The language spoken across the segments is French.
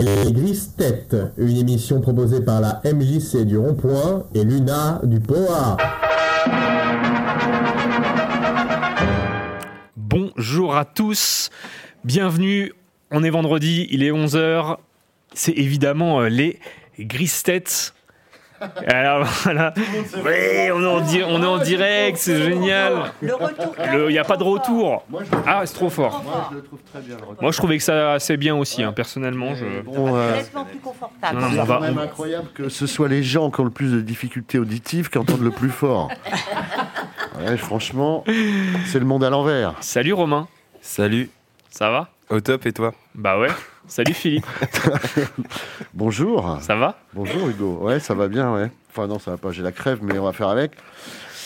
Les Grises Têtes, une émission proposée par la MJC du Rond-Point et Luna du POA. Ah, Bonjour à tous, bienvenue, on est vendredi, il est 11h, c'est évidemment euh, les Grises Têtes. Alors voilà, oui, on est en, di- on est Ah, en direct, c'est génial. Le retour. Il n'y a pas de retour. Moi je, le trouve- Ah, c'est trop fort. moi, je le trouve très bien le retour. Moi je trouvais que ça assez bien aussi, hein, personnellement. Je... Bon, euh, Nettement plus confortable. Non, non, c'est on va- quand même on- incroyable que ce soit les gens qui ont le plus de difficultés auditives qui entendent le plus fort. Ouais, franchement, c'est le monde à l'envers. Salut Romain, Salut, ça va au top et toi Bah ouais. Salut Philippe, Bonjour, ça va bonjour Hugo. Ouais, ça va bien, ouais. Enfin non, ça va pas, j'ai la crève, mais on va faire avec.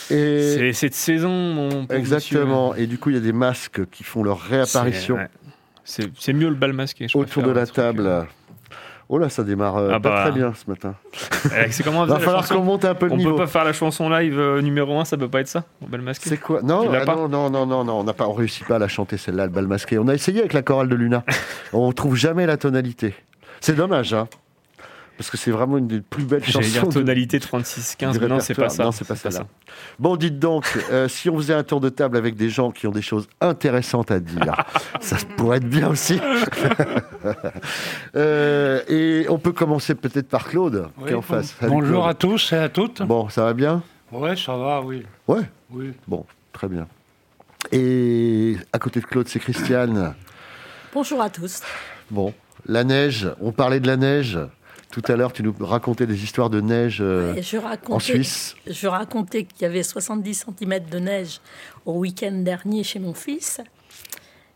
Et C'est cette saison, mon pauvre exactement. Et du coup, il y a des masques qui font leur monsieur. C'est- réapparition ouais. C'est c'est mieux le bal masqué. je préfère, autour de le la truc. table. Oh là, ça démarre euh, Ah pas bah. très bien ce matin. Euh, C'est comment on faisait Va la falloir chanson qu'on monte un peu le On peut niveau. pas faire la chanson live euh, numéro 1, ça peut pas être ça, au bal masqué. C'est quoi non, Tu l'as ah pas non, non, non, non, non, on n'a pas, on réussit pas à la chanter celle-là, le bal masqué. On a essayé avec la chorale de Luna. on trouve jamais la tonalité. C'est dommage, hein, parce que c'est vraiment une des plus belles J'allais chansons. dire de- tonalité du 36-15, mais non, c'est répertoire. pas ça. Non, c'est pas celle-là. Bon, dites donc, euh, si on faisait un tour de table avec des gens qui ont des choses intéressantes à dire, ça pourrait être bien aussi. Euh, et on peut commencer peut-être par Claude, qui est en Oui, face. bon- Salut, bonjour à Claude. tous et à toutes. Bon, ça va bien Ouais, ça va, oui. Ouais. Oui. Bon, très bien. Et à côté de Claude, c'est Christiane. Bonjour à tous. Bon, la neige, on parlait de la neige. Tout à l'heure, tu nous racontais des histoires de neige euh, Et je en racontais, Suisse. je racontais qu'il y avait 70 cm de neige au week-end dernier chez mon fils,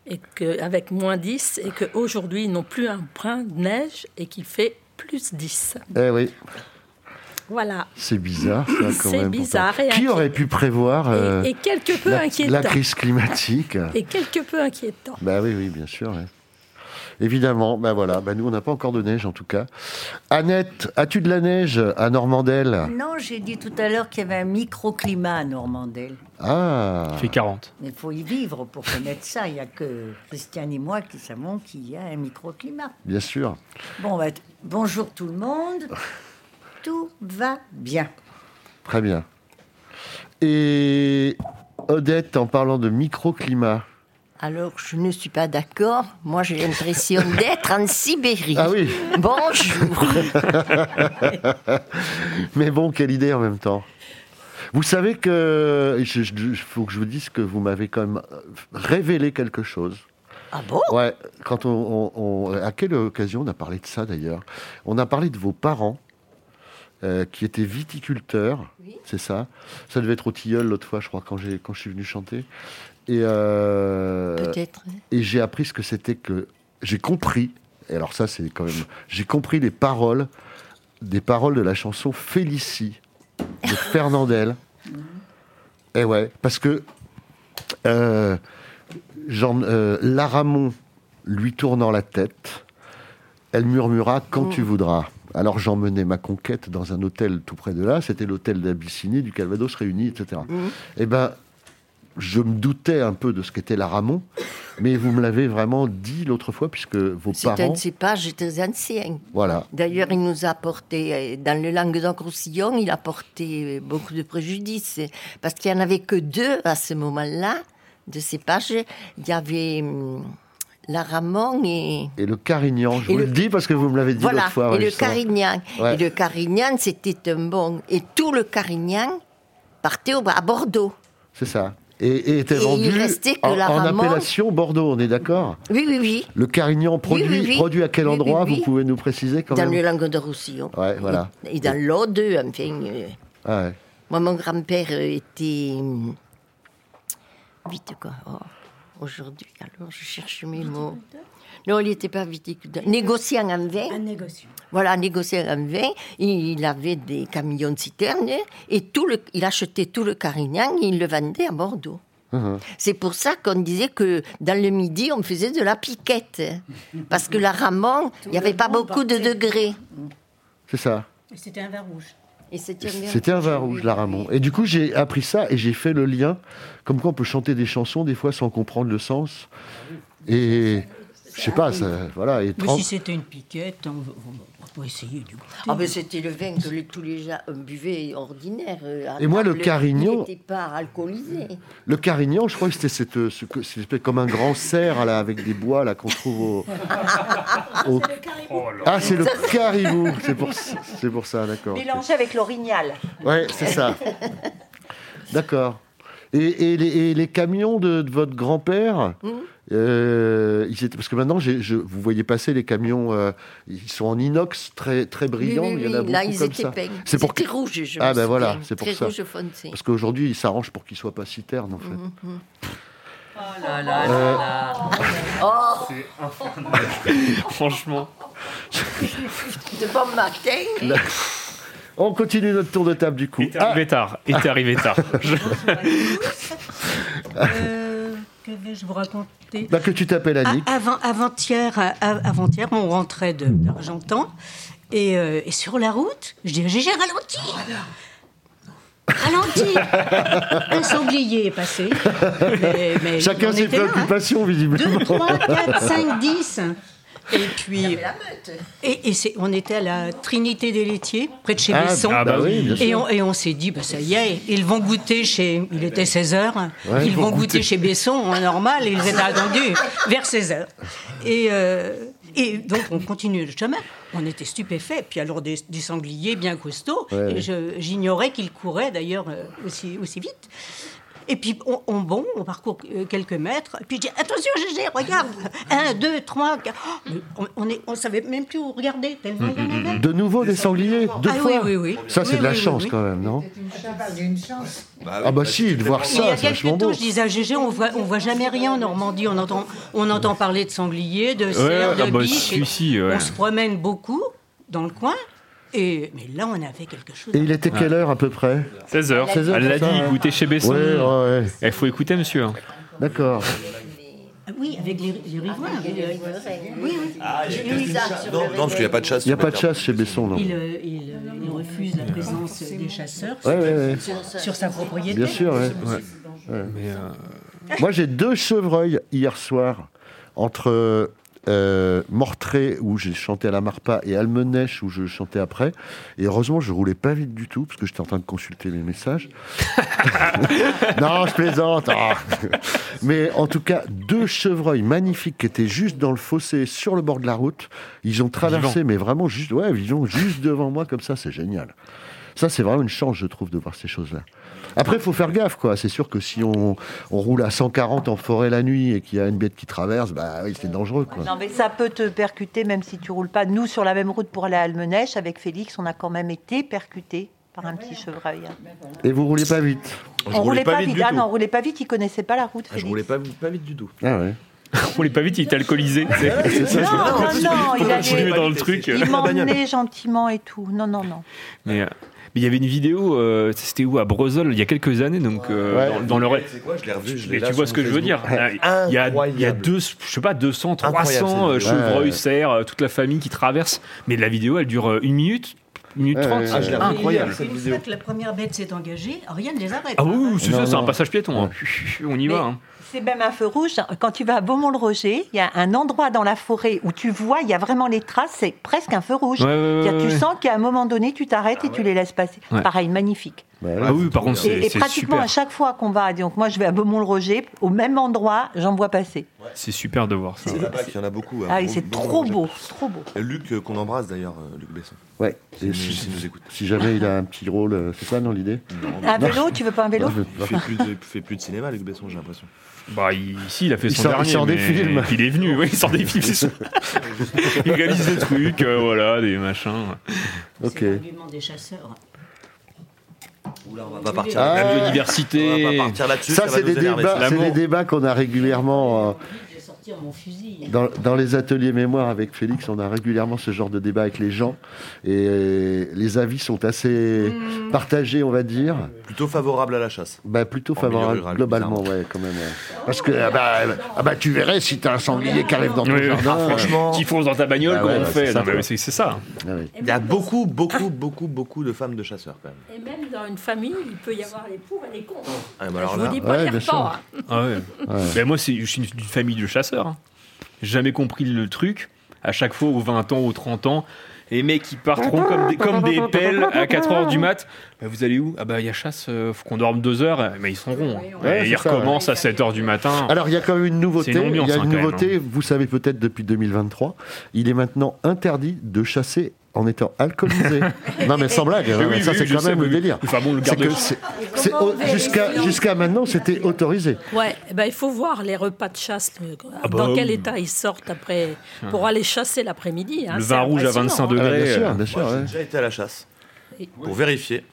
et que, avec moins 10, et qu'aujourd'hui, ils n'ont plus un brin de neige et qu'il fait plus 10. Eh oui, Voilà. c'est bizarre, ça, quand C'est même. pourtant. bizarre et Qui inquiétant. aurait pu prévoir Et- euh, et, quelque peu la, inquiétant. la crise climatique Et quelque peu inquiétant. Bah oui, oui, bien sûr. ouais. Évidemment, bah voilà, bah nous on n'a pas encore de neige en tout cas. Annette, as-tu de la neige à Mm. Normandelle Non, j'ai dit tout à l'heure qu'il y avait un microclimat à Normandelle. Ah Il fait 40. Mais il faut y vivre pour connaître ça. Il n'y a que Christiane et moi qui savons qu'il y a un microclimat. Bien sûr. Bon, bah, t- bonjour tout le monde. Tout va bien. Très bien. Et Odette, en parlant de microclimat. Alors, je ne suis pas d'accord. Moi, j'ai l'impression d'être en Sibérie. Ah oui, Bonjour. mais bon, quelle idée en même temps. Vous savez que. Il faut que je vous dise que vous m'avez quand même euh, révélé quelque chose. Ah bon Ouais, quand on, on- on- À quelle occasion on a parlé de ça d'ailleurs On a parlé de vos parents euh, qui étaient viticulteurs, c'est ça Ça devait être au Tilleul l'autre fois, je crois, quand, j'ai- quand je suis venu chanter. Et. euh, Peut-être. et j'ai appris ce que c'était que j'ai compris. Et alors ça, c'est quand même, j'ai compris les paroles des paroles de la chanson Félicie de Fernandel. Et ouais, parce que euh, Jean, euh, Laramon lui tournant la tête, elle murmura quand Mm. tu voudras. Alors j'emmenais ma conquête dans un hôtel tout près de là, c'était l'hôtel d'Abyssinie, du Calvados réuni, etc. Mm. Eh ben, je me doutais un peu de ce qu'était la Ramon, mais vous me l'avez vraiment dit l'autre fois, puisque vos C'est parents... un cépage très ancien. Voilà, D'ailleurs, il nous a apporté, euh, dans le Languedoc-Roussillon, il a apporté euh, beaucoup de préjudices. Parce qu'il n'y en avait que deux à ce moment-là, de cépages. Il y avait hum, la Ramon et. et le Carignan, je Et vous le... le- dis parce que vous me l'avez dit Voilà, l'autre fois. et ouais, le justement. Carignan. Ouais. Et le Carignan, c'était un bon. Et tout le Carignan partait au- à Bordeaux. C'est ça. Et, et était Et il vendu restait que en, la en Ramon. appellation Bordeaux, on est d'accord Oui, oui, oui. Le Carignan produit, oui, oui. produit à quel Oui, oui, endroit oui. Vous pouvez nous préciser quand Dans même le Languedoc-Roussillon. Ouais, voilà. hein. Et, et dans l'Aude, enfin. euh, Ah ouais. moi, mon grand-père euh, était. hum, Vite quoi. Oh, Aujourd'hui, alors, je cherche mes mots. Non, il n'était pas viticulteur. Négociant en hein. Un vin. négociant. Voilà, négociant en vin. Il avait des camions de citernes et tout le, il achetait tout le Carignan et il le vendait à Bordeaux. Mhm. C'est pour ça qu'on disait que dans le midi, on faisait de la piquette. hein. Parce que la Ramon, il n'y avait pas beaucoup de degrés. C'est ça. C'était un verre rouge. Et c'était un vin C'était un vin rouge, rouge, la Ramon. Et du coup, j'ai appris ça et j'ai fait le lien. Comme quoi, on peut chanter des chansons des fois sans comprendre le sens. Et je sais pas, ça- voilà, et Mais trempe. si c'était une piquette, on, on- on peut essayer du goûter. Ah ben c'était le vin que les- tous les gens euh, buvaient ordinaire. euh, à Et moi, le table. Carignan- Mm. Il n'était pas alcoolisé. Le carignan, je crois que c'était cette, euh, ce que- cette espèce- comme un grand cerf là, avec des bois là qu'on trouve au. au- Ah, c'est le caribou. C'est pour, c'est pour ça, d'accord. ok. Mélangé avec l'orignal. Ouais, c'est ça. D'accord. Et, et les, et les camions de, de votre grand-père, Mhm. euh, ils étaient- parce que maintenant, j'ai- je, vous voyez passer les camions, euh, ils sont en inox très, très brillants. Oui, oui, il y en a oui, beaucoup là ils comme étaient ça. peints. C'est pour C'était que- rouge, je me Ah, ben souviens. voilà, c'est pour Très ça. rouge foncé. Parce qu'aujourd'hui, ils s'arrangent pour qu'ils soient pas si ternes, en fait. Mhm, Euh, Oh. Franchement. De bon matin. On continue notre tour de table, du coup. Ah. Il était arrivé tard. Il était arrivé tard. Je- Euh, que vais-je vous raconter Ah. Bah, que tu t'appelles Annick. Ah, avant, avant-hier, à- à- avant-hier, on rentrait de- d'Argentan et, euh, et sur la route, je dis j'ai ralenti. Ah, Ralenti. Un sanglier est passé. Mais- mais Chacun on ses était là, hein. préoccupations, 2, visiblement. 3, 4, 5, 10. Et puis. Et, et c'est, on était à la Trinité des laitiers, près de chez Ah, Besson. bah oui, bien sûr. Et on, et on s'est dit, bah, ça y est, ils vont goûter chez. Il était 16h. Ouais, ils vont goûter chez Besson, en normal, ils étaient attendus vers 16h. Et, euh, et donc, on continue le chemin. On était stupéfaits. Puis alors, des, des sangliers bien costauds. Ouais, Et ouais. je- j'ignorais qu'ils couraient d'ailleurs euh, aussi, aussi vite. Et puis on, on bond, on parcourt euh, quelques mètres. Et puis je dis attention Gégé, regarde, un, deux, trois. quatre. Oh, mais on, on est, on savait même plus où regarder tellement il y en avait. De nouveau, des sangliers Deux Ah oui, fois oui, oui. Ça, c'est Oui, de la oui, oui, chance, oui. quand même, non Ah bah si, de voir Mais il y ça, a c'est quelques vachement temps, beau. je disais à Gégé, on voit, on voit jamais rien en Normandie. On entend, on entend parler de sangliers, de cerfs, ah de bah, biches. si, si, ouais. On se promène beaucoup dans le coin. Et mais là, on avait quelque chose. Et il était quelle heure à peu près 16h. 16 heures, Elle l'a c'est ça, dit, ouais. écoutez chez Ouais, Besson. ouais, ouais. Il faut écouter, monsieur. hein. D'accord. Ah Oui, avec les, les riverains. les- oui, oui. Non, non, parce qu'il n'y a pas de chasse. Il n'y a pas de chasse chez Besson, non Il, euh, il, euh, il refuse la présence des chasseurs Ouais, ouais, ouais. sur, sur sa propriété. Bien sûr, ouais. Moi, j'ai deux chevreuils hier soir entre euh, Mortré, où j'ai chanté à la Marpa, et Almenèche, où je chantais après. Et heureusement, je roulais pas vite du tout, parce que j'étais en train de consulter les messages. non, je plaisante. Ah. Mais en tout cas, deux chevreuils magnifiques qui étaient juste dans le fossé, sur le bord de la route. Ils ont traversé, mais vraiment juste, ouais, vivons juste devant moi, comme ça, c'est génial. Ça, c'est vraiment une chance, je trouve, de voir ces choses-là. Après, il faut faire gaffe, quoi. C'est sûr que si on, on roule à 140 en forêt la nuit et qu'il y a une bête qui traverse, bah oui, c'est dangereux, quoi. Non, mais ça peut te percuter même si tu roules pas. Nous, sur la même route pour aller à Almenèche, avec Félix, on a quand même été percuté par un petit chevreuil. Et vous roulez pas vite. Je on roulait pas, vite. du Ah tout. non, on roulait pas vite, il connaissait pas la route. Ah, Je Félix. roulais pas, pas vite du tout. Ah ouais. On l'est pas vite, il était alcoolisé. tu sais. Non, non, non, il continuer allait. dans le truc. Il La bagnole. m'emmenait gentiment et tout. Non, non, non. Mais euh, mais il y avait une vidéo, euh, c'était où à Brozol il y a quelques années, donc euh, Ouais. dans, dans le. Tu sais quoi, je l'ai revu, je l'ai Mais là tu vois ce sur que je veux dire Facebook. Ah, Il y a, il y a Incroyable. deux, je sais pas, 200, Incroyable, 300 euh, cette vidéo. chevreuils, Ouais. cerfs, euh, toute la famille qui traverse. Mais la vidéo, elle dure euh, une minute, une minute Ouais, trente. ouais, Ah, je l'ai Et, euh, revu, incroyable. Une fois que la première bête s'est engagée, rien ne les arrête. hein. Ah oui, oui, c'est Non, ça, c'est non. un passage piéton. hein. On y Mais- va. hein. C'est même un feu rouge. Quand tu vas à Beaumont-le-Roger, il y a un endroit dans la forêt où tu vois, il y a vraiment les traces, c'est presque un feu rouge. Ouais, ouais, Il y a- ouais, tu ouais. Ah sens qu'à un moment donné, tu t'arrêtes et tu les laisses passer. Ouais. Pareil, magnifique. Bah, Ah oui, par contre, Et, c'est et c'est pratiquement super. à chaque fois qu'on va, donc moi je vais à Beaumont-le-Roger, au même endroit, j'en vois passer. C'est super de voir ça. Il y en a pas, il y en a beaucoup. hein. Ah, et Bon- c'est bon trop projet. beau, trop beau. Et Luc, euh, qu'on embrasse d'ailleurs, euh, Luc Besson. Ouais. Et S'il nous- si, s'il nous écoute. si jamais il a un petit rôle, euh, c'est ça, non, l'idée Un vélo, tu veux pas un vélo Non, je- Il fait plus de, il fait plus de cinéma, Luc Besson, j'ai l'impression. Bah, il- ici, il a fait Il son sort- il dernier. sort des mais films. Il est venu, oui, il sort des films. c'est ça. il réalise des trucs, euh, voilà, des machins. Ok. C'est l'argument des chasseurs. Oula, on va pas partir. Ah, là-dessus. La On va biodiversité. pas partir là-dessus. Ça, va c'est nous des débats, énerver, ça. c'est des L'amour. débats qu'on a régulièrement. euh, Je vais sortir mon fusil. Dans, dans les ateliers mémoire avec Félix, on a régulièrement ce genre de débat avec les gens et les avis sont assez partagés, on va dire. Plutôt favorable à la chasse. Bah, plutôt En milieu favorables, rural, globalement, ouais, quand même. ouais. Parce que ah bah, ah bah, tu verrais si t'as un sanglier qui arrive dans ton Oui, oui. jardin. euh, Ah, franchement, Qui fonce dans ta bagnole, Bah ouais, comment on bah, c'est fait ça, Non, mais quoi. C'est c'est ça. Ah oui. il y a beaucoup, beaucoup, beaucoup, beaucoup de femmes de chasseurs quand même. Et même dans une famille, il peut y avoir les pour et les contre. Ah, bah Je alors vous là, dis pas Ouais, les bien repas. hein. Ah ouais. Ben moi, c'est- je suis d'une famille de chasseurs. hein. jamais compris le truc. À chaque fois, aux 20 ans, aux 30 ans, les mecs qui partiront comme des, comme des pelles à 4 heures du mat. Bah, vous allez où Ah bah il y a chasse, euh, faut qu'on dorme 2 heures. Mais ils sont ronds. hein. Ouais, Et c'est ils ça, ouais. recommencent à 7 heures du matin. Alors, il y a quand même une nouveauté. C'est une ambiance, il y a hein, une quand même, nouveauté, vous savez peut-être depuis 2023, il est maintenant interdit de chasser en étant alcoolisé. non, mais sans blague, Oui, hein, oui, ça oui, c'est je quand sais, même oui, le oui. délire. Enfin bon, le C'est garde que c'est- c'est au- jusqu'à jusqu'à maintenant, c'était autorisé. Ouais, eh ben, il faut voir les repas de chasse, euh, bah, dans quel oui. état ils sortent après pour aller chasser l'après-midi. hein, Le c'est vin rouge à impressionnant, 25 hein. Ah, degrés. bien sûr, euh, bien sûr. Moi, ouais. J'ai déjà été à la chasse pour vérifier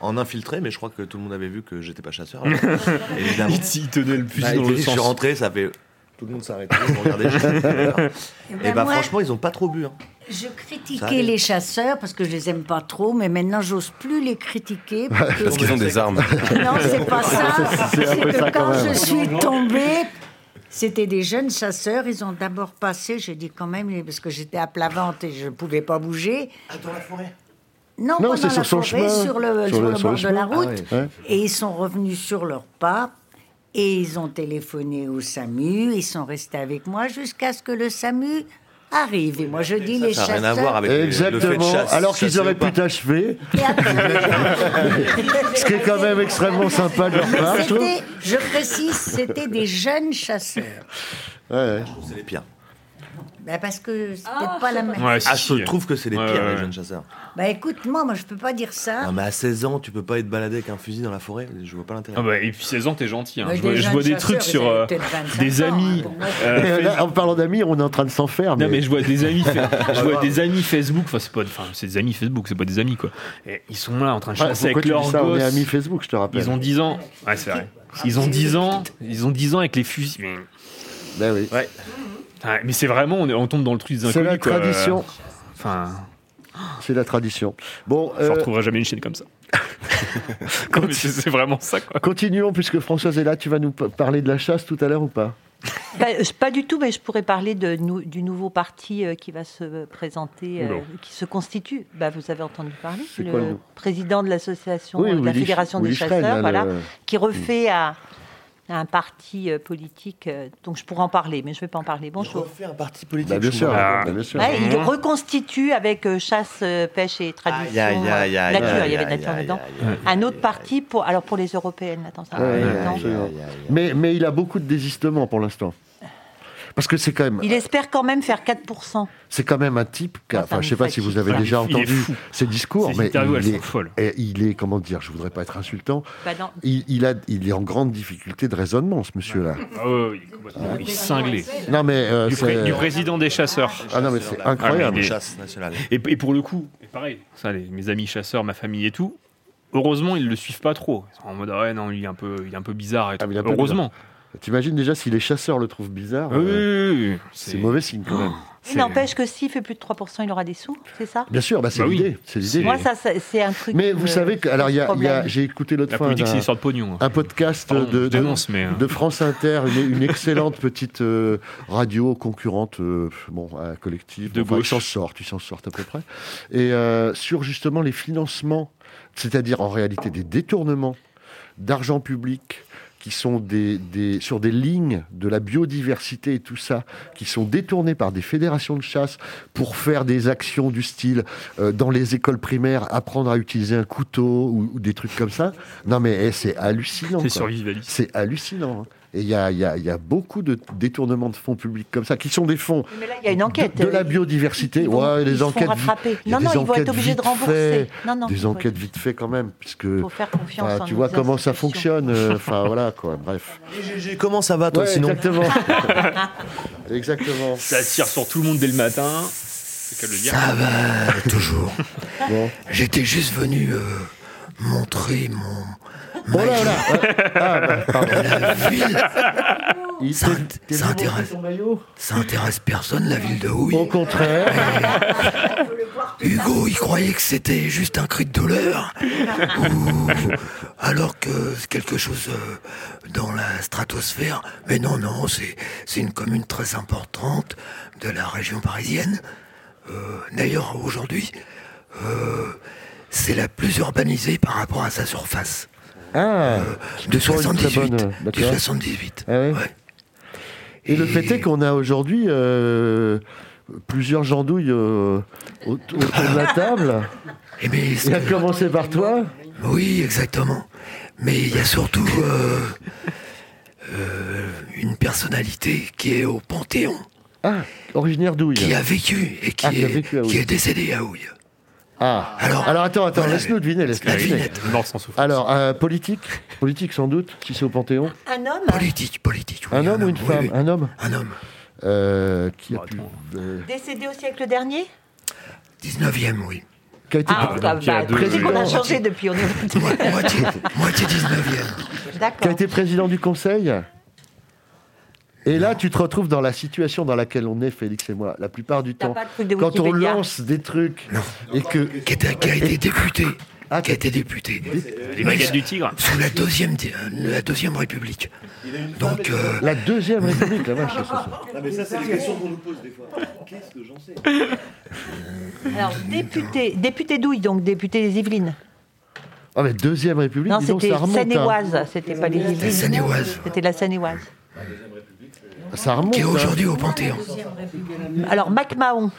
en infiltré, mais je crois que tout le monde avait vu que j'étais pas chasseur. alors. Évidemment. il, il tenait le fusil Bah, dans le Je suis sens. rentré, ça fait. Tout le monde s'est arrêté, ils m'ont regardé, j'ai- Et bah, moi, franchement, ils ont pas trop bu. hein. je Ça critiquais arrive. les chasseurs parce que je les aime pas trop, mais maintenant j'ose plus les critiquer. parce que- Parce qu'ils ont des armes. Non, c'est pas ça. c'est un C'est peu que ça, quand quand même. je suis tombée, c'était des jeunes chasseurs. Ils ont d'abord passé, j'ai dit quand même, parce que j'étais à plat ventre et je ne pouvais pas bouger. Non, Non, pas c'est dans la sur son forêt, chemin. sur le, Sur sur le- le sur bord le de chemin. la Ah route. oui. Ouais. Et ils sont revenus sur leurs pas. Et ils ont téléphoné au SAMU. Ils sont restés avec moi jusqu'à ce que le SAMU arrive. Et moi, je dis les Ça n'a chasseurs... rien à voir avec le- le fait de Exactement. chasse. Alors chasser qu'ils auraient ou pas. pu t'achever, Et après- ce qui est quand même extrêmement sympa de leur part, Mais je trouve. c'était, je précise, c'était des jeunes chasseurs. Ouais, ouais. C'est les pires. Bah, parce que c'est peut-être pas la même. Ouais, si, Ah, je si. trouve que c'est les Ouais, pires, ouais, les ouais. jeunes chasseurs. Bah écoute, moi, moi je peux pas dire ça. Non, mais à 16 ans, tu peux pas être baladé avec un fusil dans la forêt. Je vois pas l'intérêt. Ah bah, et puis 16 ans, t'es gentil. hein. Mais Je vois, des je vois jeunes des trucs chasseurs, sur ils avaient euh, peut-être 25 des ans, hein, amis. pour moi. euh, Et Facebook- là, en parlant d'amis, on est en train de s'en faire. Non mais Ah, mais- je vois des amis, fa- je vois des amis Facebook. Enfin c'est pas, enfin c'est des amis Facebook, c'est pas des amis quoi. Et ils sont là en train de Ah, chasser pourquoi avec tu dis leurs ça On est gosses. amis Facebook, je te rappelle. Ils ont 10 ans. Ouais c'est vrai. Ils ont 10 ans. Ils ont 10 ans avec les fusils. Mais, Ben oui. Ouais, mais c'est vraiment, on, est- on tombe dans le truc des C'est inconnus. la quoi. tradition. Enfin, C'est la tradition. Bon, je euh, retrouverai jamais une chaîne comme ça. Non, mais c'est c'est vraiment ça quoi. continuons puisque Françoise est là. Tu vas nous p- parler de la chasse tout à l'heure ou pas Pas, euh, pas du tout, mais je pourrais parler de nou- du nouveau parti euh, qui va se présenter, euh, Oula. qui se constitue. Bah, vous avez entendu parler, C'est le quoi, le- président de l'association, euh, de la Willy- fédération des Willy Schrein, chasseurs, là, le- Hmm. voilà, qui refait à, à un parti euh, politique. euh, donc je pourrais en parler, mais je ne vais pas en parler. On Bonjour. refait un parti politique. Bah, bien je sûr, vous Ah. bah, bien sûr. Ouais, il Mmh. reconstitue avec euh, chasse, euh, pêche et tradition. Aïe, aïe, aïe, euh, aïe, nature, aïe, il y avait aïe, nature aïe, dedans. aïe, aïe, aïe, Un aïe, autre aïe, parti pour, alors pour les européennes, attends ça. Ouais, ouais, aïe, non. aïe, absolument. aïe, aïe. Mais, mais il a beaucoup de désistements pour l'instant. Parce que c'est quand même, Il espère quand même faire 4%. c'est quand même un type. qui Ah, a- Oh, ça Enfin, je me sais pas si fatigue. vous avez Il est déjà fou. entendu ses discours, Ces mais interviews, elles il sont est, folles. et il est, comment dire, je voudrais pas être insultant. Bah non, Il, il a, il est en grande difficulté de raisonnement, ce monsieur-là. Ah ouais, ouais, il est complètement- il est cinglé. Non mais euh, Du, pré- c'est- du président des chasseurs. ah non mais c'est Ah, incroyable. mais- Chasse nationale. Et, et pour le coup, et pareil, ça, les- mes amis chasseurs, ma famille et tout, heureusement, ils le suivent pas trop. Ils sont en mode, ah ouais, non, il est un peu, il est un peu bizarre. Et Ah, tout. mais il est un peu heureusement. T'imagines déjà si les chasseurs le trouvent bizarre, Oui, euh, oui, oui, oui. c'est mauvais signe quand même. Il n'empêche que s'il fait plus de 3%, il aura des sous, c'est ça Bien sûr, bah, c'est Bah oui. l'idée, c'est l'idée. Et- Moi, ça, ça- c'est un truc. Mais vous euh, savez que alors il y a- il y a- problème. j'ai écouté l'autre La fois politique, c'est une un, histoire de pognon. hein. un podcast Pardon, de, je de- dénonce, mais, euh. de France Inter, une, une excellente petite euh, radio concurrente, euh, bon, euh, collective. De Enfin, gauche. Ils s'en sortent, ils s'en sortent à peu près. Et euh, sur justement les financements, c'est-à-dire en réalité des détournements d'argent public qui sont des, des- sur des lignes de la biodiversité et tout ça, qui sont détournés par des fédérations de chasse pour faire des actions du style euh, dans les écoles primaires, apprendre à utiliser un couteau ou, ou des trucs comme ça. Non mais eh, c'est hallucinant. C'est quoi. survivaliste. C'est hallucinant. hein. Et il y a, il y a- il y a beaucoup de détournements de fonds publics comme ça, qui sont des fonds Mais là, il y a une enquête. de, de la euh, biodiversité. ils vont- ouais, ils les se font enquêtes. vite- rattraper. il y a Non, non, des ils vont être enquêtes obligés de vite fait, rembourser. Non, non, des faut- enquêtes vite fait quand même, puisque Faut faire confiance. bah, en tu vois nos comment ça institutions. fonctionne. euh, Enfin voilà quoi. Bref. Et GG, comment ça va toi Ouais, sinon exactement. exactement. Ça tire sur tout le monde dès le matin. C'est qu'à le dire. Ah bah, Toujours. Bon. J'étais juste venu euh, montrer mon. Bon Oh là voilà. Ah, bah, pardon. Il Ça, t'est- t'es ça venu montrer intéresse, ton maillot ça intéresse personne, la ville de Au Houille. contraire. Hugo, il croyait que c'était juste un cri de douleur. ou- alors que c'est quelque chose euh, dans la stratosphère. Mais non, non, c'est c'est une commune très importante de la région parisienne. Euh, D'ailleurs, aujourd'hui, euh, c'est la plus urbanisée par rapport à sa surface. Euh, Ah. De Pour une très 78. bonne- euh, de d'accord. 78. Ah ouais. Ouais. Et le fait est qu'on a aujourd'hui euh, plusieurs jandouilles euh, au- autour de la table. Eh bien, Et à commencer par toi Oui, exactement. Mais il y a surtout euh, euh, une personnalité qui est au Panthéon, Ah, originaire d'Ouille. qui a vécu et qui, Ah, qui a est, vécu à Houille. qui est décédée à Houille. Ah, alors, attends, attends, laisse-nous deviner, laisse-nous La deviner. devinette. Mort sans souffle. Alors, euh, politique Politique sans doute, si c'est au Panthéon. Un homme Politique, politique. oui, Un homme ou une oui, femme oui. Un homme Un homme. Euh, Qui a pu... euh, décédé au siècle dernier 19e, oui. qui a été Ah, bah, donc il y a bah, deux- tu sais qu'on a Président. changé depuis, on est Mo- moitié, moitié 19e. qui a d'accord. été président du conseil. Et là, tu te retrouves dans la situation dans laquelle on est, Félix et moi, la plupart du T'as temps. pas le truc de Quand on Wikipédia. lance des trucs et que. Qui, était- qui a été député. Ah, qui a été député. Euh, Les baguettes du tigre. Sous la deuxième, di- euh, la deuxième République. Donc, euh, La deuxième République, la vache, ce soir. Alors, député, député d'Ouille, donc député des Yvelines. Ah, mais deuxième République, Non, dis donc, c'était ça remonte. hein. Seine-et-Oise, c'était pas les Yvelines. Seine-et-Oise. C'était la Seine-et-Oise. Ça remonte. qui est hein. aujourd'hui au Panthéon. Alors, MacMahon.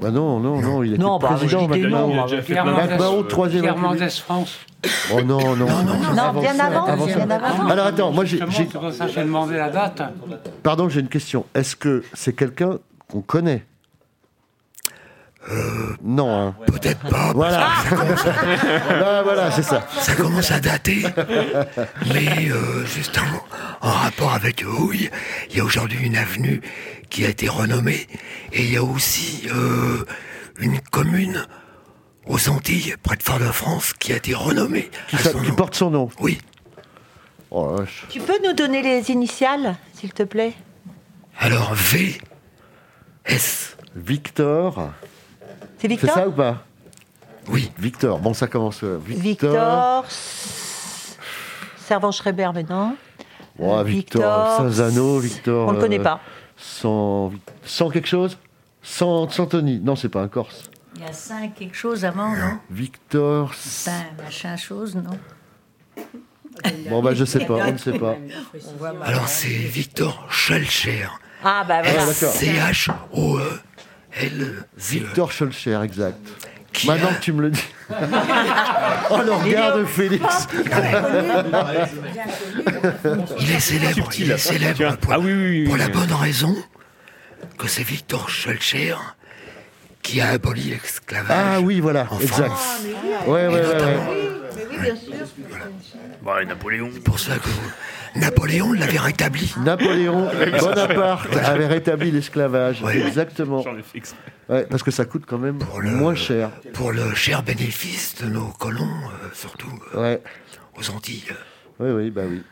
Bah non, non, non, il était Non, bah, président j'étais Macron. non, Macron, troisième Pierre République. Mendès France. Oh non, non, non. Non, bien avant. avant ça. bien avant. Alors attends, moi j'ai. Justement, j'ai- c'est pour ça que j'ai demandé la date. Pardon, j'ai une question. Est-ce que c'est quelqu'un qu'on connaît Non, hein. Peut-être pas. Voilà. Bah, voilà, c'est ça. Ça commence à dater. Mais euh, justement, en rapport avec Houille, il y a aujourd'hui une avenue qui a été renommée. Et il y a aussi euh, une commune aux Antilles, près de Fort-de-France, qui a été renommée. Qui, à ça- son qui nom. porte son nom. Oui. Oh la vache. Tu peux nous donner les initiales, s'il te plaît Alors V, S, Victor. C'est C'est Victor ça ou pas oui. Victor. Bon, ça commence. euh, Victor. Victor. S- Servan-Schreiber, mais non. Ouais, Victor. Saint-Zano, Victor. On ne le euh, connaît pas. Sans, sans quelque chose Sans sans Tony. Non, c'est pas un Corse. Il y a cinq quelque chose avant, non Victor. Cinq machin chose, non Bon, bah, je sais pas. On ne sait pas. On voit pas. Alors c'est Victor Schelcher. Ah, bah voilà. Ah, d'accord. E. C-H-O-E-L-Z. Victor Schulcher, exact. Qui a- Maintenant que tu me le dis. oh, le regard de Félix. Il est célèbre, il est hein. célèbre pour, Ah oui, oui, oui, pour la oui. bonne raison que c'est Victor Schulcher qui a aboli l'esclavage. Ah oui, voilà, en exact. France. Ouais, ouais, Et ouais. ouais. notamment- Ah. Bah, C'est pour ça que Napoléon l'avait rétabli. Napoléon Bonaparte avait rétabli l'esclavage. Ouais. Exactement. J'en ai fait exprès. Ouais, parce que ça coûte quand même le- moins cher. Pour le cher bénéfice de nos colons, euh, surtout euh, Ouais. aux Antilles. Oui, oui, bah oui.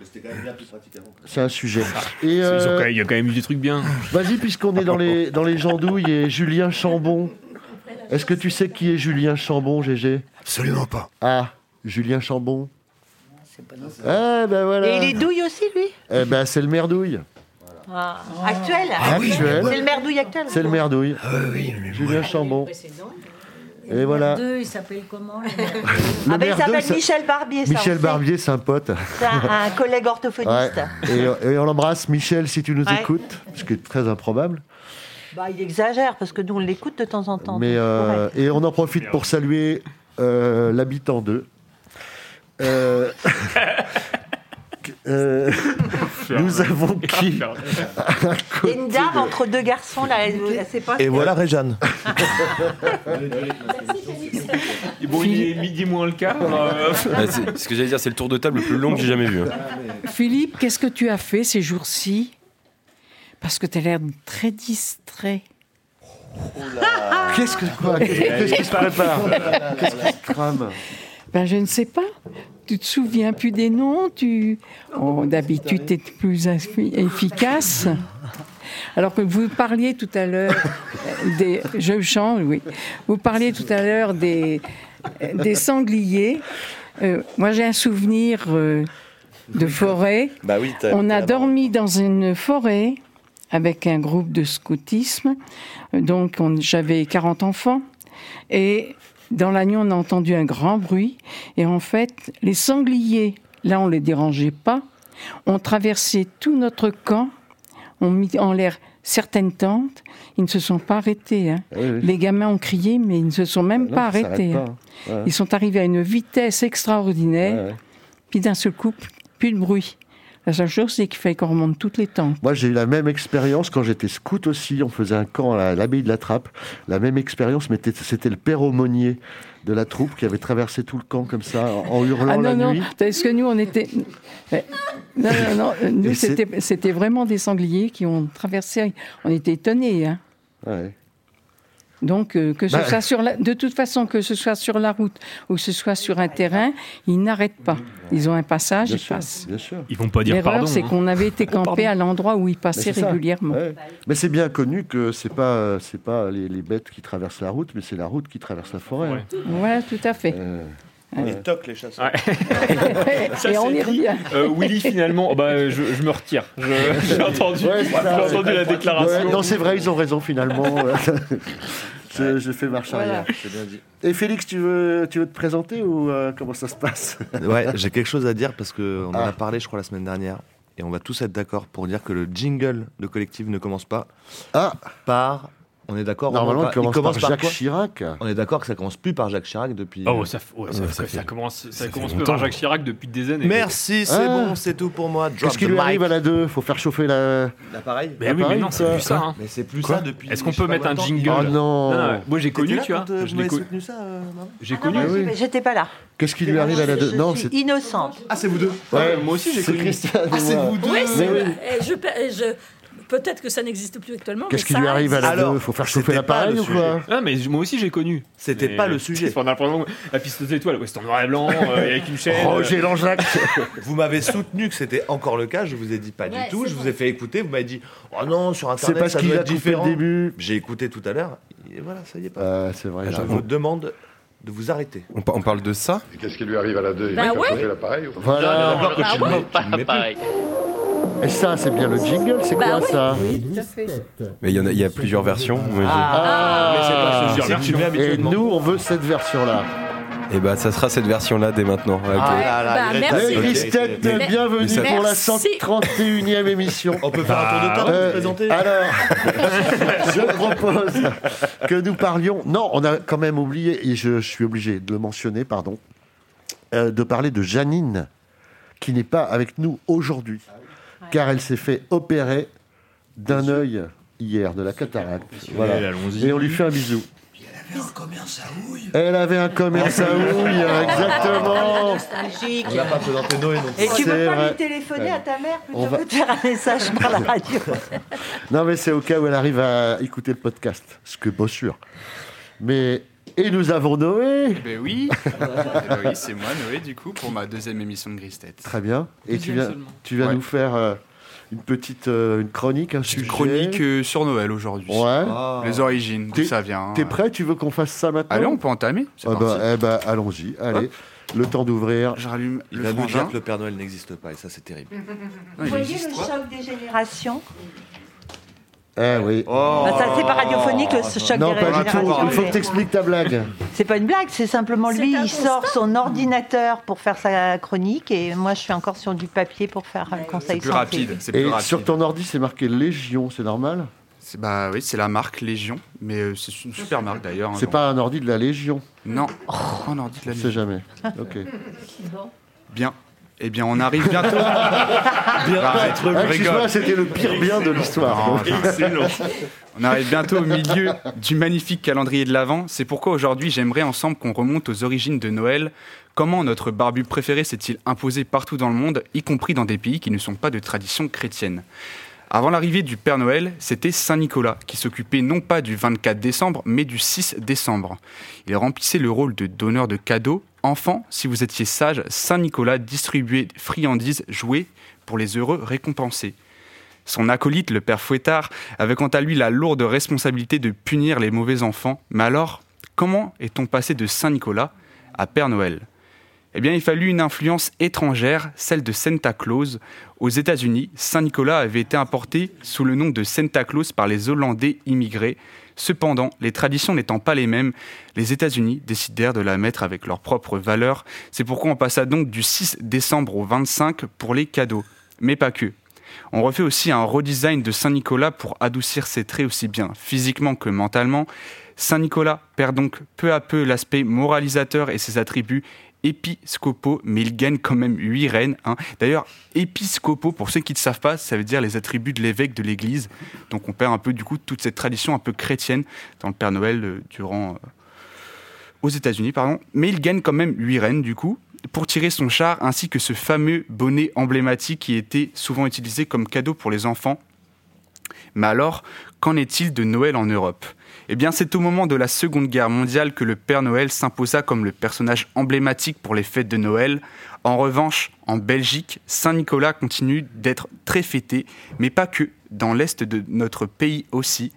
C'est un sujet. Ah. Ah, Et Ils ont euh, Bah, quand même- Il y a quand même eu des trucs bien. vas-y, puisqu'on est dans les, dans les jandouilles et Julien Chambon. Est-ce que tu sais qui est Julien Chambon, GG Absolument pas. Ah, Julien Chambon Ah, ben voilà. Et il est douille aussi, lui Eh ben, c'est le merdouille. Ah. Actuel oui, Actuel. C'est le maire d'Ouille actuel C'est le merdouille. Ah oui, mais moi, Julien Chambon. Et Le voilà. deux, Euh, il s'appelle comment le Le Ah, ben Ah, il merdouille, s'appelle ça- Michel Barbier, ça. on Michel sait. Barbier, c'est un pote. C'est un un collègue Ouais. orthophoniste. Et, et on l'embrasse, Michel, si tu nous Ouais. écoutes, ce qui est très improbable. Bah, il exagère, parce que nous, on l'écoute de temps en temps. Mais, donc, euh, ouais. et on en profite pour saluer euh, l'habitant 2. Euh, euh, nous avons qui Il y a une dame entre deux garçons, là, elle ne sait pas. Et voilà Réjeanne. Bon, il est midi moins le quart. euh. ce que j'allais dire, c'est le tour de table le plus long que j'ai jamais vu. hein. Philippe, qu'est-ce que tu as fait ces jours-ci Parce que tu as l'air très distrait. bah. Qu'est-ce que quoi Qu'est-ce qui se prépare Qu'est-ce qui se crame Ben, je ne sais pas. Tu te souviens plus des noms tu... Oh, D'habitude, tu es plus effi- efficace. Alors que vous parliez tout à l'heure des... Je change, oui. Vous parliez tout à l'heure des, des sangliers. Euh, moi, j'ai un souvenir euh, de forêt. Bah oui, t'as- On a t'as- dormi dans une forêt avec un groupe de scoutisme. Donc, on- j'avais 40 enfants. Et dans la nuit, on a entendu un grand bruit. Et en fait, les sangliers, là, on ne les dérangeait pas, ont traversé tout notre camp ont mis en l'air certaines tentes. Ils ne se sont pas arrêtés. hein. Ah oui, oui. Les gamins ont crié, mais ils ne se sont même Ah pas non, ça s'arrête arrêtés. pas, hein. hein. Ouais. Ils sont arrivés à une vitesse extraordinaire. Ouais, ouais. Puis d'un seul coup, plus de bruit. La seule chose, c'est qu'il fallait qu'on remonte toutes les tentes. Moi, j'ai eu la même expérience quand j'étais scout aussi. On faisait un camp à l'abbaye de la Trappe. La même expérience, mais t- c'était le père aumônier de la troupe qui avait traversé tout le camp comme ça, en en hurlant ah non, la non, nuit. parce que nous, on était... Mais- Non, non, non, euh, nous, Et c'est- c'était c'était vraiment des sangliers qui ont traversé. On était étonnés. hein. Ouais. Donc, euh, que ce Bah, soit sur la... de toute façon, que ce soit sur la route ou que ce soit sur un terrain, ils n'arrêtent pas. Ils ont un passage, Bien ils sûr, passent. bien sûr. Ils vont pas dire L'erreur, pardon. c'est hein. qu'on avait été campé à l'endroit où ils passaient Mais c'est ça. régulièrement. Ouais. Mais c'est bien connu que c'est pas euh, c'est pas les, les bêtes qui traversent la route, mais c'est la route qui traverse la forêt. hein. Voilà, tout à fait. Euh, Ils toquent les chasseurs. Et on y c'est dit. revient. Euh, Willy, finalement, oh, bah, je, je me retire. Je- J'ai entendu, j'ai entendu la déclaration. Ouais, non, c'est vrai, ils ont raison finalement. je, je fais marche arrière. C'est bien dit. Et Félix, tu veux, tu veux te présenter ou euh, comment ça se passe Ouais, j'ai quelque chose à dire parce qu'on en Ah. a parlé, je crois, la semaine dernière. Et on va tous être d'accord pour dire que le jingle de collectif ne commence pas Ah, par. On est d'accord normalement, Romain, tu commences il commence par Jacques quoi Chirac. On est d'accord que ça commence plus par Jacques Chirac depuis. Oh, ça, f- ouais, ça, Ouais, f- ça ça fait- commence, ça ça fait commence peu longtemps. par Jacques Chirac depuis des années. Merci, c'est Ah. bon, c'est tout pour moi. Drop Qu'est-ce qui the lui mic. arrive à la 2 Faut faire chauffer la. L'appareil Mais oui, mais non, c'est plus ça. hein. Mais c'est plus Quoi ça depuis. Est-ce qu'on je sais peut pas mettre un combien de temps. jingle Oh non. Ah, Moi, j'ai T'étais connu, là tu vois. quand, euh, Je vous l'ai m'avez co- soutenu ça, euh, maman J'ai Ah non, connu. moi, Ah oui. je- J'étais pas là. Qu'est-ce qui lui arrive à la 2 Non, je c'est. suis innocente. Ah, c'est vous deux Ouais, moi aussi, j'ai c'est connu. Christiane et Ah, c'est moi. vous deux Oui, c'est oui. vrai. Et je, et je- peut-être que ça n'existe plus actuellement. Qu'est-ce mais qui ça lui arrive à la Alors, 2 Faut faire chauffer c'était pas l'appareil le ou quoi Ah, mais j- moi aussi, j'ai connu. C'était Mais- pas le sujet. C'est pendant la- La piste des étoiles, ouais, c'était en noir et blanc, euh, et avec une chaîne. Oh, euh, Roger Langeac Vous m'avez soutenu que c'était encore le cas, je vous ai dit pas Ouais, du tout, c'est je vous vrai. ai fait écouter, vous m'avez dit Oh non, sur C'est internet, parce ça qu'il doit a être coupé différent. le début. J'ai écouté tout à l'heure, et voilà, ça y est pas. Euh, c'est vrai, je j'avoue. vous demande de vous arrêter. On, par- on parle de ça Qu'est-ce qui lui arrive à la 2 Bah ouais. l'appareil ou- Voilà. D'accord que Ah tu ouais me- tu me mets plus. Et ça, c'est bien le jingle, c'est Bah quoi ça Mais il y en a- il y a plusieurs versions, moi, j'ai- Ah, mais c'est pas ce genre. C'est que tu mets Et habituellement. nous, on veut cette version-là. Et bah ça sera cette version-là dès maintenant. euh, Ouais, Ah ok. là là, Bah, Greta, merci. Hey, ok, Christine, c'est- Mais- bienvenue mais ça- pour la Merci. 131e émission. On peut faire un tour de table, vous Euh, présenter alors, je propose que nous parlions. Non, on a quand même oublié, et je, je suis obligé de le mentionner, pardon, euh, de parler de Janine, qui n'est pas avec nous aujourd'hui, Ah car elle s'est fait opérer d'un œil hier, de la cataracte. Voilà. Allez, allons-y. Et on lui fait un bisou. Un commerce à houille. Elle avait un commerce à houille, exactement. Nostalgique. Ah. On n'a pas présenté Noé non plus. Et tu C'est veux pas vrai. lui téléphoner à ta mère plutôt On va- que de faire un message par la radio Non, mais c'est au cas où elle arrive à écouter le podcast, ce que pas sûr. Mais et nous avons Noé. Ben oui, Eh ben oui c'est moi Noé du coup pour ma deuxième émission de Grise Tête. Très bien. Et tu Deuxième viens, seulement. tu viens Ouais. nous faire euh, une petite euh, une chronique, un sujet. Une chronique euh, sur Noël aujourd'hui. Ouais. Ah. Les origines, d'où T'es- ça vient. euh, T'es prêt Tu veux qu'on fasse ça maintenant Allez, on peut entamer. C'est Ah parti. bah, eh bah, allons-y. Allez, le temps d'ouvrir. Je rallume Il le va nous dire frangin. que le Père Noël n'existe pas, et ça c'est terrible. Non, Vous il voyez existe le pas. choc des générations Eh oui. Oh. Bah, Ça, c'est pas radiophonique, le choc non, des pas du tout. générations. Il faut que t'expliques ta blague. C'est pas une blague, c'est simplement lui, il sort son ordinateur pour faire sa chronique et moi je suis encore sur du papier pour faire un C'est conseil plus santé. rapide. C'est plus Et rapide. sur ton ordi, c'est marqué Légion, c'est normal C'est- Bah oui, c'est la marque Légion, mais euh, c'est une super marque d'ailleurs. hein, C'est donc- pas un ordi de la Légion, Non. Oh, non, dites la on sait Légion. jamais. Ok. Bien. Eh bien, on arrive bientôt. bien. Arrête, Ah, rigole. Excuse-moi, c'était le pire bien de l'histoire. Excellent. On arrive bientôt au milieu du magnifique calendrier de l'Avent. C'est pourquoi aujourd'hui, j'aimerais ensemble qu'on remonte aux origines de Noël. Comment notre barbu préféré s'est-il imposé partout dans le monde, y compris dans des pays qui ne sont pas de tradition chrétienne Avant l'arrivée du Père Noël, c'était Saint Nicolas qui s'occupait non pas du 24 décembre, mais du 6 décembre. Il remplissait le rôle de donneur de cadeaux. Enfant, si vous étiez sage, Saint Nicolas distribuait friandises, jouets pour les heureux récompensés. Son acolyte, le père Fouettard, avait quant à lui la lourde responsabilité de punir les mauvais enfants. Mais alors, comment est-on passé de Saint-Nicolas à Père Noël Eh bien, il fallut une influence étrangère, celle de Santa Claus. Aux États-Unis, Saint-Nicolas avait été importé sous le nom de Santa Claus par les Hollandais immigrés. Cependant, les traditions n'étant pas les mêmes, les États-Unis décidèrent de la mettre avec leurs propres valeurs. C'est pourquoi on passa donc du 6 décembre au 25 pour les cadeaux. Mais pas que. On refait aussi un redesign de Saint-Nicolas pour adoucir ses traits aussi bien physiquement que mentalement. Saint-Nicolas perd donc peu à peu l'aspect moralisateur et ses attributs épiscopaux, mais il gagne quand même 8 reines. hein. D'ailleurs, épiscopaux, pour ceux qui ne savent pas, ça veut dire les attributs de l'évêque de l'Église. Donc on perd un peu du coup toute cette tradition un peu chrétienne dans le Père Noël euh, durant... euh, aux États-Unis, pardon, mais il gagne quand même 8 rennes du coup pour tirer son char ainsi que ce fameux bonnet emblématique qui était souvent utilisé comme cadeau pour les enfants. Mais alors, qu'en est-il de Noël en Europe Eh bien, c'est au moment de la Seconde Guerre mondiale que le Père Noël s'imposa comme le personnage emblématique pour les fêtes de Noël. En revanche, en Belgique, Saint-Nicolas continue d'être très fêté, mais pas que, dans l'Est de notre pays aussi.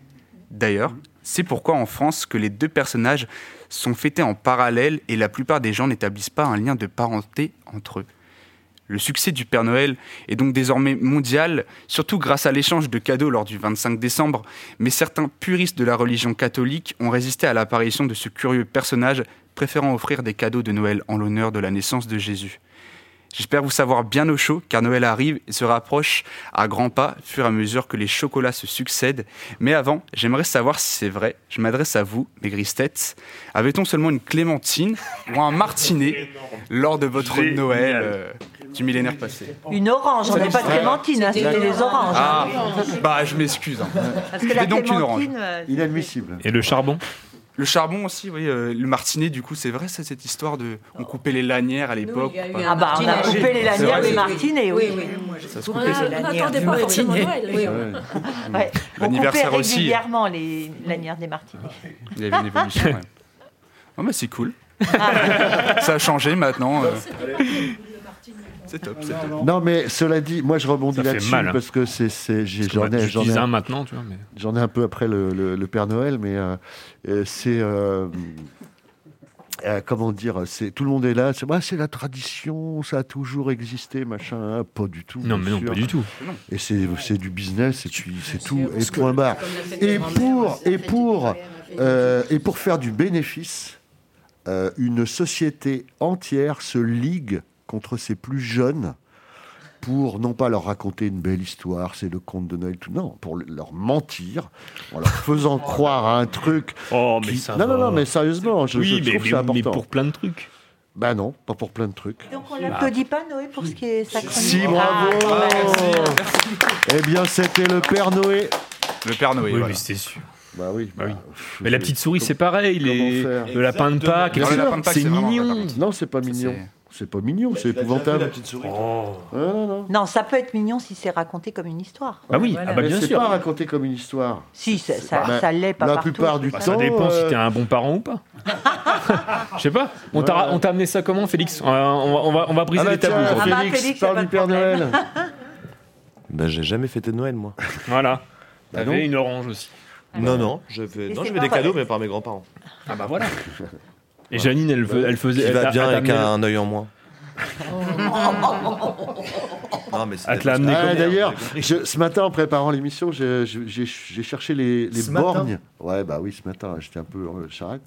D'ailleurs, c'est pourquoi en France que les deux personnages sont fêtés en parallèle et la plupart des gens n'établissent pas un lien de parenté entre eux. Le succès du Père Noël est donc désormais mondial, surtout grâce à l'échange de cadeaux lors du 25 décembre, mais certains puristes de la religion catholique ont résisté à l'apparition de ce curieux personnage, préférant offrir des cadeaux de Noël en l'honneur de la naissance de Jésus. J'espère vous savoir bien au chaud, car Noël arrive et se rapproche à grands pas, fur et à mesure que les chocolats se succèdent. Mais avant, j'aimerais savoir si c'est vrai. Je m'adresse à vous, mes grises têtes. Avait-on seulement une clémentine ou un martinet lors de votre Génial. Noël euh, du millénaire passé Une orange, on n'a pas de clémentine, hein, c'était des oranges. Ah, hein. bah je m'excuse. hein. Parce Je que la fais donc une orange. clémentine, euh, Inadmissible. Et le charbon Le charbon aussi, oui. euh, le martinet, du coup, c'est vrai, c'est cette histoire de. On coupait les lanières à l'époque. eu un Ah bah, on a martinet. coupé les lanières des martinets, oui. oui. Ça se Pour coupait, un- ça. on n'attendait pas forcément Noël, oui. Ouais. On coupait L'anniversaire aussi. régulièrement les lanières des martinets. Il y avait une évolution, ouais. Non, Ah, mais c'est cool. ça a changé maintenant. euh. C'est top, c'est top. Non, mais cela dit, moi je rebondis Ça fait là-dessus mal, hein. parce que c'est, c'est- j'ai- Parce que j'en ai, tu j'en ai- disais un maintenant, tu vois, mais- j'en ai un peu après le, le- le Père Noël, mais euh, euh, c'est euh, euh, comment dire, c'est tout le monde est là. C'est moi, c'est la tradition, ça a toujours existé, machin. hein, pas du tout. Non, bien mais non, sûr. pas du tout. Et c'est, c'est du business et puis c'est tout et parce que- point barre. fête des Et pour et pour euh, et pour faire du bénéfice, euh, une société entière se ligue contre ses plus jeunes pour non pas leur raconter une belle histoire, c'est le conte de Noël, tout non, pour leur mentir, en leur faisant croire à un truc. Oh, mais ça non, non, va. non, mais sérieusement, je, Oui, je mais- trouve mais- ça mais important. pour plein de trucs. Ah. Bah non, pas pour plein de trucs. Donc on l'applaudit pas, Noé, pour ce qui est Ah, sacré. Si, bravo Eh bien, c'était le Père Noé. Le Père Noé. Oui, mais c'était sûr. Bah oui. Ah, Mais la petite souris, c'est pareil. Les... Le lapin de Pâques, Bien etc. sûr. c'est mignon. Non, c'est pas mignon. C'est pas mignon, c'est épouvantable. Oh. non, non. ça peut être mignon si c'est raconté comme une histoire. Voilà. Ah, bah, Mais c'est pas raconté comme une histoire. Si, ça, ça, Ah. Bah, ça l'est pas la partout. plupart du Bah, temps, Ça dépend euh, si t'es un bon parent ou pas. Je sais pas. On t'a on t'a amené ça comment, Félix on va, on, va, on va- on va briser Ah bah les tabous. tiens, aujourd'hui. Félix, parle du Père Noël. Bah, j'ai jamais fêté de Noël, moi. Voilà. Bah T'avais non. une orange aussi. Ah Non, bah. non, j'avais Mais non, c'est j'avais pas des cadeaux, vrai. mais par mes grands-parents. Ah bah voilà. Et Janine, elle, fe- elle faisait. Qui elle va t'a- bien elle t'a avec amené- un œil en moins. Non, mais Elle te l'a amené Ah, comme- D'ailleurs, je- ce matin, en préparant l'émission, j'ai j'ai- j'ai- j'ai cherché les, les Ce matin Ah. borgnes. Ouais, bah oui, ce matin, j'étais un peu euh, charrette.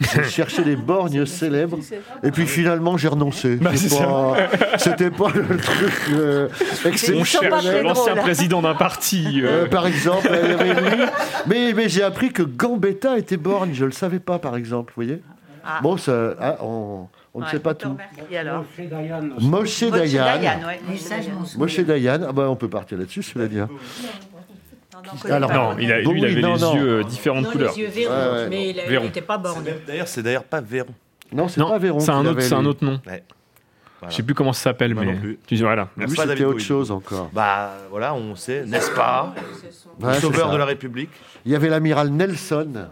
J'ai cherché les borgnes célèbres. Et puis finalement, j'ai renoncé. Bah, C'est c'est pas- ça. C'était pas, le truc euh, On exceptionnel. cherche l'ancien président d'un parti. euh. Euh, par exemple, elle avait mis- mais, mais j'ai appris que Gambetta était borgne, je ne le savais pas, par exemple, vous voyez Ah. Bon, ça, ah, on, on ne Ouais, sait pas je te tout. remercie, alors. Moshe Dayan. ouais, Moshe Dayan. Moshe Dayan, ah bah, on peut partir là-dessus, cela dit. hein. Alors, non, il a, lui, Bon, il oui, avait non, les non. yeux euh, différentes Non, couleurs. les yeux verrons, Ouais, ouais. mais il a- il Verrons. n'était pas borné. D'ailleurs, c'est d'ailleurs pas Véron. Non, c'est pas Véron. C'est un, qu'il autre- avait, c'est un lui. autre nom. Ouais. Voilà. Je sais plus comment ça s'appelle, Moi mais. non plus. Tu dis, voilà. Merci Lui, à c'était David autre Bowie. chose encore. Bah voilà, on sait, n'est-ce pas Ouais, c'est Sauveur ça. de la République. Il y avait l'amiral Nelson.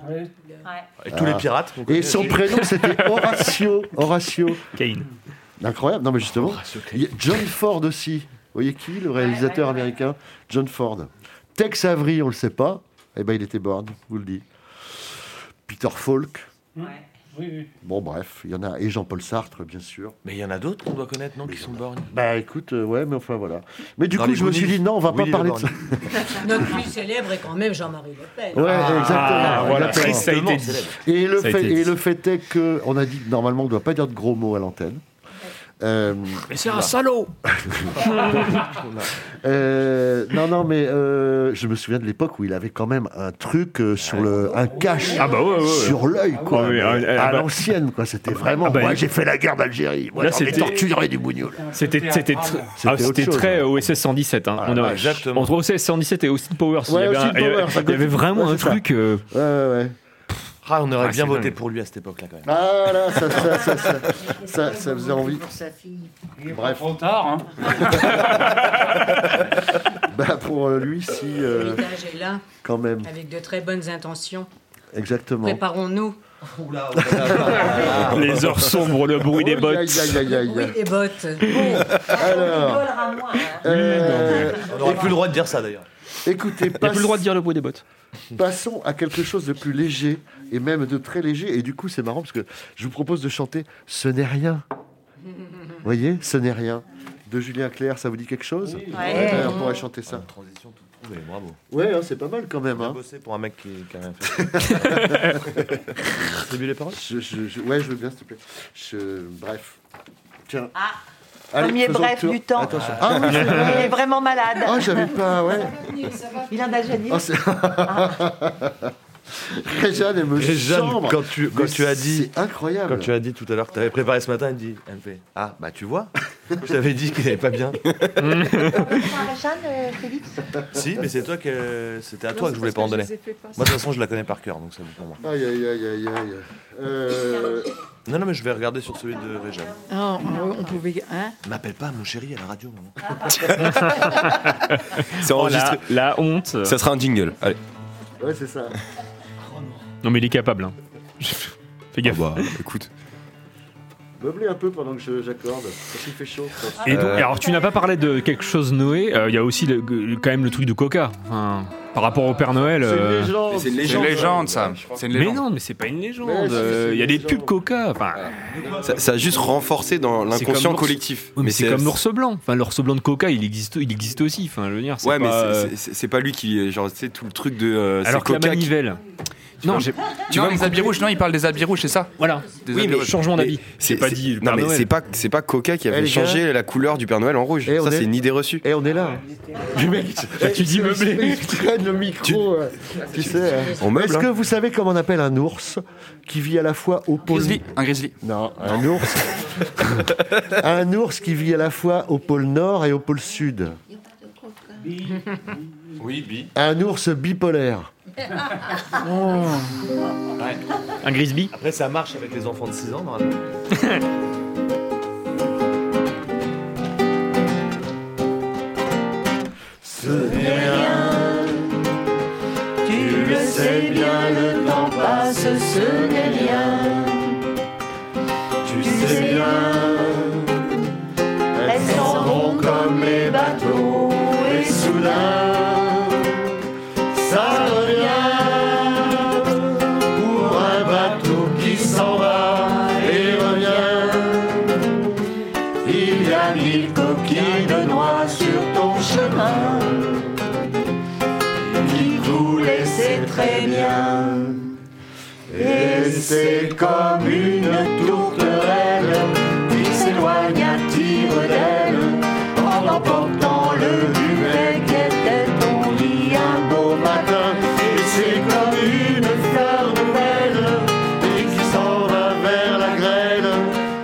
Et tous les pirates. qu'on Ah. Et connaît. son prénom, c'était Horatio. Horatio. Kane. Incroyable. Non, mais justement, il y a John Ford aussi. Vous voyez qui, le réalisateur américain John Ford. Tex Avery, on le sait pas. Eh ben, il était born, je vous le dis. Peter Falk. Bon, bref, il y en a. Et Jean-Paul Sartre, bien sûr. Mais il y en a d'autres qu'on doit connaître, non, qui sont borgnes. Bah, écoute, euh, ouais, mais enfin, voilà. Mais du Dans coup, les je me suis Goonies, dit, non, on va Willy pas parler de le ça. borgne. Notre plus célèbre est quand même Jean-Marie Le Pen. Ah. Ouais, exactement. Ah, voilà, exactement. ça a été dit. Et le, Ça a fait, été et dit. le fait est que, on a dit que normalement on ne doit pas dire de gros mots à l'antenne. Mais c'est un salaud Euh, non, non, mais euh, je me souviens de l'époque où il avait quand même un truc euh, sur le, un cache Ah bah ouais, ouais, ouais. sur l'œil, quoi. Ah oui, ah, Mais ah à bah- l'ancienne, quoi. C'était vraiment. Ah bah, moi, il- j'ai fait la guerre d'Algérie. Moi, Là, j'en ai c'était- torturé du bougnoul. C'était c'était tr- C'était ah, c'était autre chose, très OSS 117. hein. On a- Entre OSS 117 et Austin Powers, il y Ouais, avait, Austin un- il y avait- Powers, ça il y avait continue. vraiment Ouais, un c'est ça. truc. euh, Ah, on Ah, aurait bien c'est voté dingue. pour lui à cette époque-là, quand même. Ah là, ça, ça, ça, ça, ça, ça faisait envie. Bref. Trop tard, hein. bah, pour euh, lui, si. euh, L'héritage est là, quand même. avec de très bonnes intentions. Exactement. Ah. Préparons-nous. Les heures sombres, le bruit des Oh, bottes. aïe, aïe, aïe, aïe. Oui, des bottes. Alors. euh, On n'aurait plus le droit de dire ça, d'ailleurs. Écoutez, a plus le droit de dire le bruit des bottes. Passons à quelque chose de plus léger et même de très léger. Et du coup, c'est marrant parce que je vous propose de chanter Ce n'est rien. Vous voyez Ce n'est rien. De Julien Clerc, ça vous dit quelque chose Ouais. Euh, On pourrait chanter ça. Ah, Transition toute trouvée, bravo. Ouais, hein, c'est pas mal quand même. Bien hein. bossé pour un mec qui qui a rien fait. C'est mieux les paroles Ouais, je veux bien, s'il te plaît. Je- Bref. Tiens. Allez, Ah, Premier faisons bref le tour. du temps. Attention. Ah oui, c'est vrai. Il est vraiment malade. Ah, j'avais pas, ouais. Il en a déjà dit. Oh, c'est- Réjeanne, elle me Réjeanne, chambre. quand tu, quand Mais tu as dit. C'est incroyable. Quand tu as dit tout à l'heure que tu avais préparé ce matin, elle me dit, elle me fait Ah, bah tu vois, je t'avais dit qu'il n'allait pas bien. Réjeanne, euh, Félix si, mais c'est toi que. C'était à Non, toi que c'est je voulais parce pas en que je donner. les ai fait passer. Moi, de toute façon, je la connais par cœur, donc ça vaut pour moi. Aïe, aïe, aïe, aïe, aïe. Euh, Non, non, mais je vais regarder sur celui de Réjeanne. Ah, on on pouvait. Hein M'appelle pas, mon chéri, à la radio, maman. C'est Oh, la- enregistré. la, honte. Ça sera un jingle. Allez. Ouais, c'est ça. Non, mais il est capable. hein. Fais gaffe. Ah bah, écoute. Meublez un peu pendant que je- j'accorde. Parce qu'il fait chaud. Et donc, Euh, alors tu n'as pas parlé de quelque chose Noé, euh, il y a aussi le- le- quand même le truc de Coca. Enfin, par rapport au Père Noël. euh, C'est une légende, ça. C'est une Mais légende. non, mais c'est pas une légende. Mais si, euh, c'est Il y a une des légende. pubs Coca. Enfin, Ça, ça a juste renforcé dans c'est comme l'inconscient l'ours- collectif. Oui, mais, c'est comme l'ours l'ours blanc. Enfin, l'ours blanc de Coca, il existe, il existe aussi. Enfin, je veux dire, c'est Ouais, mais pas, c'est- euh, c'est- c'est c'est pas lui qui. est- Genre, tu sais, tout le truc de. euh, c'est alors que la Coca qui- manivelle. Tu vois, Non, j'ai- Tu vois, vois, les habits rouges, non, il parle des habits rouges, c'est ça Voilà. Des Oui, habits mais- rouges. Changeons mais d'habit. C'est J'ai pas c'est- dit le Non, Père mais Noël. c'est pas, c'est pas Coca qui Eh, avait les gars. changé la couleur du Père Noël en rouge. Eh, on ça, est- c'est une idée reçue. Et on est là. Le mec, Eh, tu dis meublé. Ah, Il traîne le micro. euh, Tu, sais. hein. On meuble, Est-ce que hein. vous savez comment on appelle un ours qui vit à la fois au pôle. Grizzly. Un grizzly. Non, un ours. un ours qui vit à la fois au pôle nord et au pôle sud. Oui, bi. Un ours bipolaire. Oh. Un Grisby Après, ça marche avec les enfants de 6 ans, normalement. Ce n'est rien. Tu le sais bien, le temps passe, ce n'est rien. Tu sais bien, elles s'en vont comme les bateaux, et soudain, ça revient pour un bateau qui s'en va et revient. Il y a mille coquilles de noix sur ton chemin. Qui coule et c'est très bien. Et c'est comme une tourterelle qui s'éloigne à tire d'aile en emportant le duvet qui était ton lit un beau matin. Et c'est comme une fleur nouvelle et qui s'en va vers la grêle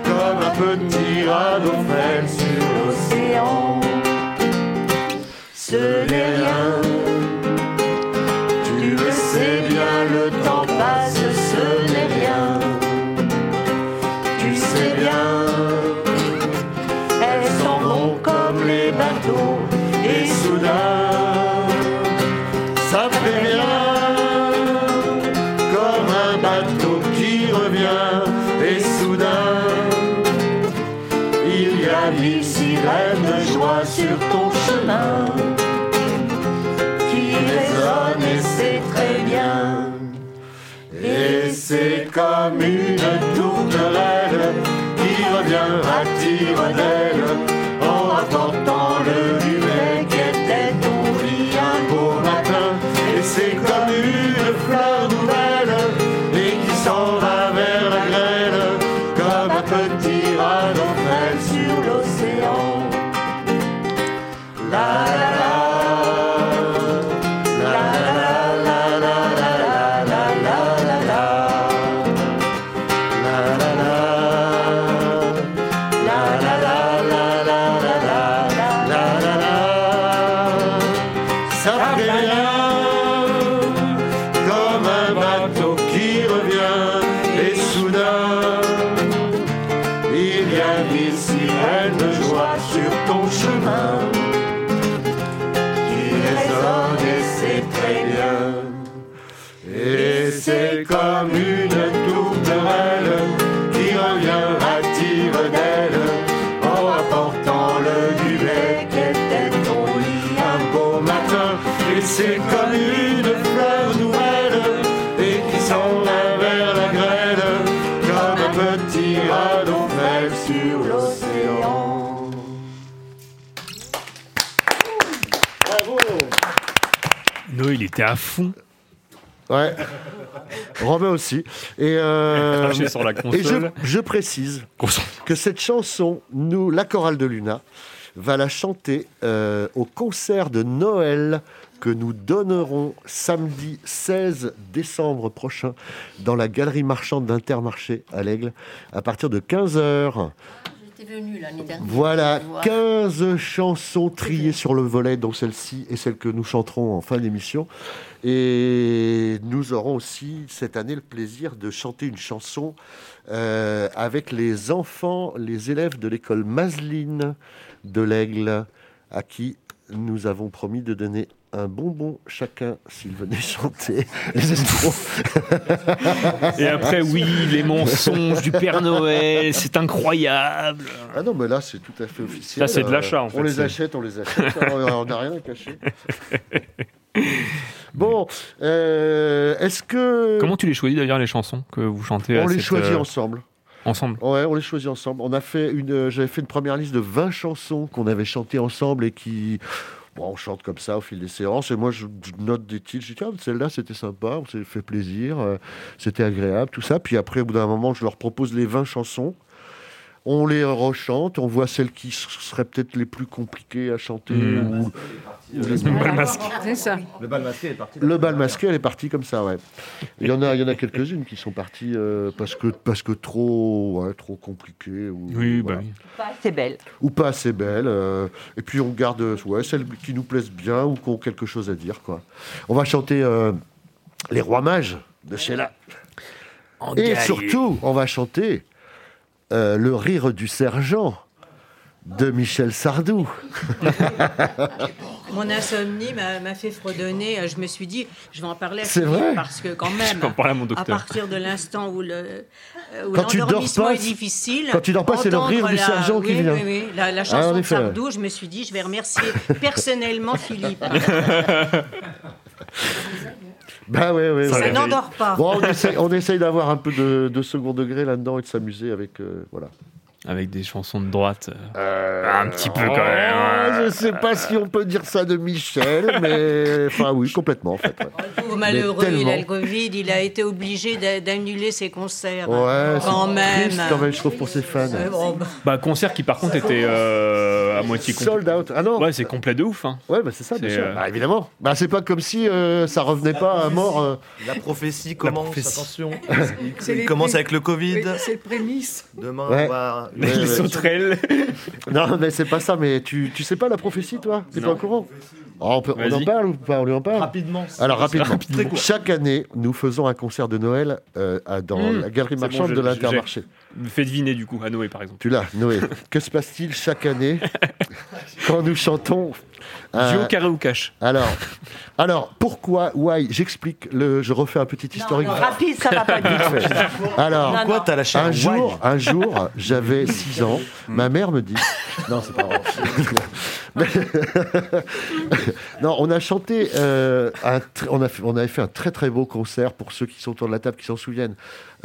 comme un petit radeau frêle sur l'océan. Ce n'est rien. Tu le sais bien, le temps passe, ce n'est rien. Tu sais bien, elles s'en vont comme les bateaux, et soudain, ça prévient, comme un bateau qui revient, et soudain, il y a mille sirènes de joie sur ton chemin qui résonne et c'est très bien. Et c'est comme une tourterelle qui revient à tire d'aile en rapportant le duvet qui était ton lit un beau matin. Et c'est comme une fleur nouvelle et qui s'en va vers la grêle comme un petit radeau frêle sur main qui résonne et c'est très bien. Et c'est comme une tourterelle qui revient à tire d'aile en rapportant le duvet qu'était ton lit un beau matin. Et c'est comme une fleur nouvelle et qui s'en va vers la grêle comme un petit radeau fait sur l'océan. Bravo! Noé, il était à fond. Ouais. Robin aussi. Et, euh, Craché sur la console. et je, je précise que cette chanson, nous, la chorale de Luna, va la chanter euh, au concert de Noël que nous donnerons samedi 16 décembre prochain dans la galerie marchande d'Intermarché à l'Aigle à partir de 15h. J'étais venue l'année dernière. Voilà, Tu vois. 15 chansons triées sur le volet, dont celle-ci et celle que nous chanterons en fin d'émission. Et nous aurons aussi cette année le plaisir de chanter une chanson euh, avec les enfants, les élèves de l'école Maseline de l'Aigle, à qui nous avons promis de donner un bonbon chacun s'ils venaient chanter les escrocs. Et après, oui, les mensonges du Père Noël, c'est incroyable. Ah non, mais là, c'est tout à fait officiel. Là, c'est de l'achat, en Euh, fait. On les C'est- achète, on les achète. Ah, on n'a rien à cacher. Bon, euh, est-ce que. Comment tu les choisis d'ailleurs, les chansons que vous chantez à On les cette, choisit euh, ensemble. Ensemble. Ouais, on les choisit ensemble. On a fait une, euh, j'avais fait une première liste de 20 chansons qu'on avait chantées ensemble et qui, bon, on chante comme ça au fil des séances. Et moi, je, je note des titres. Je dis, tiens, celle-là, c'était sympa, on s'est fait plaisir, euh, c'était agréable, tout ça. Puis après, au bout d'un moment, je leur propose les 20 chansons. On les rechante, on voit celles qui s- seraient peut-être les plus compliquées à chanter. Hmm. Mmh. Ou, ou Le les- bal masqué. C'est ça. Le bal masqué est parti. le bal masqué, elle est partie comme ça, ouais. Il y en a, il y en a quelques-unes qui sont parties euh, parce que parce que trop, ouais, trop compliquées ou Oui, voilà. bah oui. C'est belle. ou pas assez belles. euh, et puis on garde, euh, ouais, celles qui nous plaisent bien ou qui ont quelque chose à dire, quoi. On va chanter euh, les Rois Mages de Sheila. Et Engaillé. surtout, on va chanter euh, le rire du sergent de Michel Sardou. Mon insomnie m'a m'a fait fredonner. Je me suis dit, je vais en parler à C'est Philippe, vrai parce que quand Je même, vais en parler à mon docteur. partir de l'instant où le euh, où Quand tu dors l'endormissement pas, est difficile, quand tu dors pas, c'est le entendre rire du la- sergent oui, qui vient. oui, oui, la, la Ah, chanson en de effet. Sardou, je me suis dit, je vais remercier personnellement Philippe. Bah ouais, ouais, Ça ouais. n'endort pas. Bon, on essaye, on essaye d'avoir un peu de, de second degré là-dedans et de s'amuser avec. euh, voilà. Avec des chansons de droite. euh, un petit peu quand Oh, même. hein. je sais pas si on peut dire ça de Michel, mais enfin oui, complètement en fait. ouais. Pauvre Mais Oh, malheureux, il tellement. a le Covid, il a été obligé d'a- d'annuler ses concerts. Ouais, quand c'est même. triste quand même, je trouve, pour ses fans. Euh, bon, bah, Bah, concert qui par contre était euh, à moitié complet. Sold out. Ah non Ouais, c'est complet de ouf. Hein. Ouais, bah c'est ça, bien C'est, sûr. euh, Bah, évidemment. Bah, c'est pas comme si euh, ça revenait pas à mort. euh, La prophétie commence, attention. C'est Il les commence pré- avec le Covid. Oui, C'est le prémisse. Demain, Ouais. on va. Les Ouais, ouais. sauterelles. Non, mais c'est pas ça, mais tu, tu sais pas la prophétie, toi T'es pas au courant Ah, on, peut- on en Vas-y. parle ou pas On lui en parle Rapidement. Alors, rapidement. Très court. Chaque année, nous faisons un concert de Noël euh, à- dans Mmh. la galerie C'est marchande bon, de j'ai- l'Intermarché. j'ai- Fais deviner du coup, à Noé par exemple. Tu l'as, Noé. que se passe-t-il chaque année quand nous chantons euh, Duo carré ou cash Alors, alors pourquoi Why J'explique. Le, je refais un petit historique. non, rapide, ça va pas du tout. Vite fait. Alors, Pourquoi Non, non. t'as lâché un un jour, why un jour, j'avais 6 ans. Mm. ma mère me dit. Non, c'est pas vrai. non, on a chanté. euh, un tr- on, a fait- on avait fait un très très beau concert pour ceux qui sont autour de la table qui s'en souviennent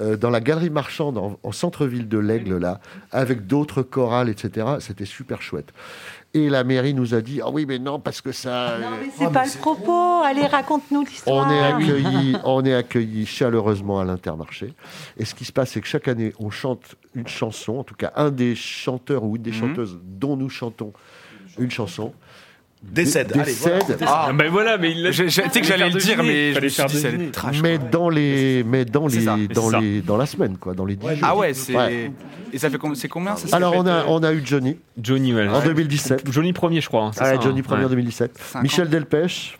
euh, dans la galerie marchande en, en centre-ville de l'Aigle là, avec d'autres chorales, etc. C'était super chouette. Et la mairie nous a dit ah oui mais non parce que ça. euh, C'est pas le propos. Allez, raconte-nous l'histoire. Ah Ah on est accueilli, on est accueilli chaleureusement à l'intermarché. Et ce qui se passe, c'est que chaque année, on chante une chanson, en tout cas un des chanteurs ou Mhm. une des chanteuses dont nous chantons une chanson. Décède. Dé- Allez, voilà. décède. Décède. Ah. Ah, ben voilà, mais il l'a- Je- je- tu sais que j'allais le dire, mais je me suis dit, ça allait être trash. mais dans les, mais dans les, ça, dans c'est ça. les, dans la semaine, quoi, dans les dix jours. Ah ouais, c'est. Ouais. Et ça fait com- c'est combien ça, ça Alors fait, on a, euh, on a eu Johnny. Johnny, ouais. En 2017. Johnny premier, je crois. hein, c'est Ah, ça, Johnny hein, Premier en ouais. 2017. Michel Delpech,